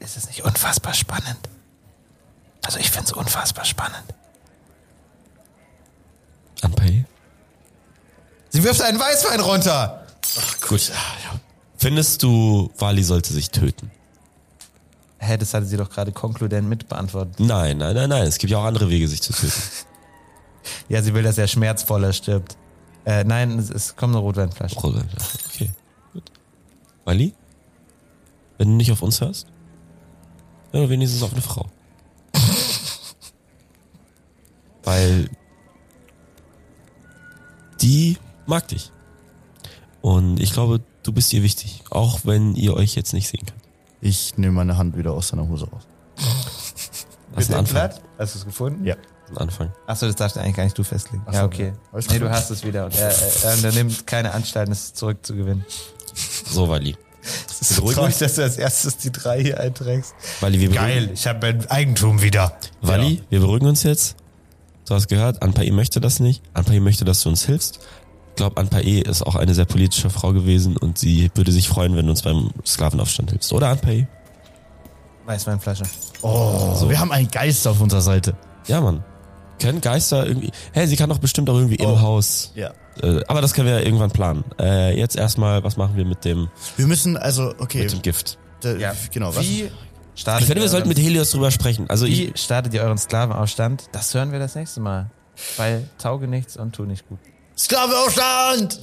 Speaker 3: Ist es nicht unfassbar spannend? Also ich find's unfassbar spannend.
Speaker 4: An Paillet?
Speaker 3: Sie wirft einen Weißwein runter.
Speaker 4: Gut. Ah, ja. Findest du, Wally sollte sich töten?
Speaker 3: Hä, das hatte sie doch gerade konkludent mitbeantwortet.
Speaker 4: Nein, nein, nein, nein. Es gibt ja auch andere Wege, sich zu töten.
Speaker 3: Ja, sie will, dass er schmerzvoller stirbt. Äh, nein, es, es kommt eine Rotweinflasche.
Speaker 4: Problem. Okay, gut. Wally? Wenn du nicht auf uns hörst? Hör doch wenigstens auf eine Frau. Weil die mag dich. Und ich glaube, du bist ihr wichtig. Auch wenn ihr euch jetzt nicht sehen könnt.
Speaker 6: Ich nehme meine Hand wieder aus seiner Hose raus.
Speaker 4: Hast einen Also Anfang.
Speaker 3: Hast du es gefunden?
Speaker 6: Ja.
Speaker 4: Einen Anfang.
Speaker 3: Achso, das darfst du eigentlich gar nicht du festlegen.
Speaker 6: so,
Speaker 3: ja, okay.
Speaker 6: alles
Speaker 3: Nee,
Speaker 6: klar.
Speaker 3: äh, du hast es wieder. Und er, er, er unternimmt keine Anstalten, es zurückzugewinnen.
Speaker 4: So, Wally.
Speaker 3: Es ist so
Speaker 4: Beruhigend.
Speaker 3: traurig, dass du als erstes die drei hier einträgst.
Speaker 4: Walli, wir beruhigen-
Speaker 3: Geil, ich habe mein Eigentum wieder.
Speaker 4: Walli, wir beruhigen uns jetzt. Du hast gehört, Anpai möchte das nicht. Anpai möchte, dass du uns hilfst. Ich glaube, Anpai ist auch eine sehr politische Frau gewesen und sie würde sich freuen, wenn du uns beim Sklavenaufstand hilfst. Oder Anpai?
Speaker 3: Weißweinflasche.
Speaker 6: Oh, wir haben einen Geist auf unserer Seite.
Speaker 4: Ja, Mann. Können Geister irgendwie. Hey, sie kann doch bestimmt auch
Speaker 3: Oh.
Speaker 4: irgendwie im Haus.
Speaker 6: Ja.
Speaker 4: Äh, aber das können wir ja irgendwann planen. Äh, jetzt erstmal, was machen wir mit dem,
Speaker 6: Wir müssen also, okay,
Speaker 4: mit dem Gift?
Speaker 6: da, genau, was?
Speaker 3: Wie startet
Speaker 4: Ich finde, wir
Speaker 3: ihr
Speaker 4: sollten mit
Speaker 3: euren,
Speaker 4: Helios drüber sprechen. Also ich,
Speaker 3: wie startet ihr euren Sklavenaufstand? Das hören wir das nächste Mal. Weil tauge nichts und tu nicht gut.
Speaker 6: Sklavenaufstand!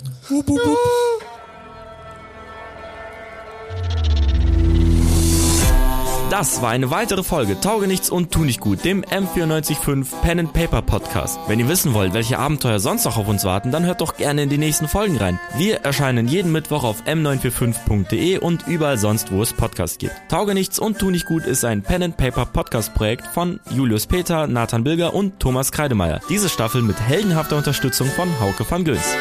Speaker 7: Das war eine weitere Folge Taugenichts und Tu nicht gut, dem M945 Pen and Paper Podcast. Wenn ihr wissen wollt, welche Abenteuer sonst noch auf uns warten, dann hört doch gerne in die nächsten Folgen rein. Wir erscheinen jeden Mittwoch auf m945.de und überall sonst, wo es Podcasts gibt. Taugenichts und Tu nicht gut ist ein Pen and Paper Podcast Projekt von Julius Peter, Nathan Bilger und Thomas Kreidemeier. Diese Staffel mit heldenhafter Unterstützung von Hauke van Göns.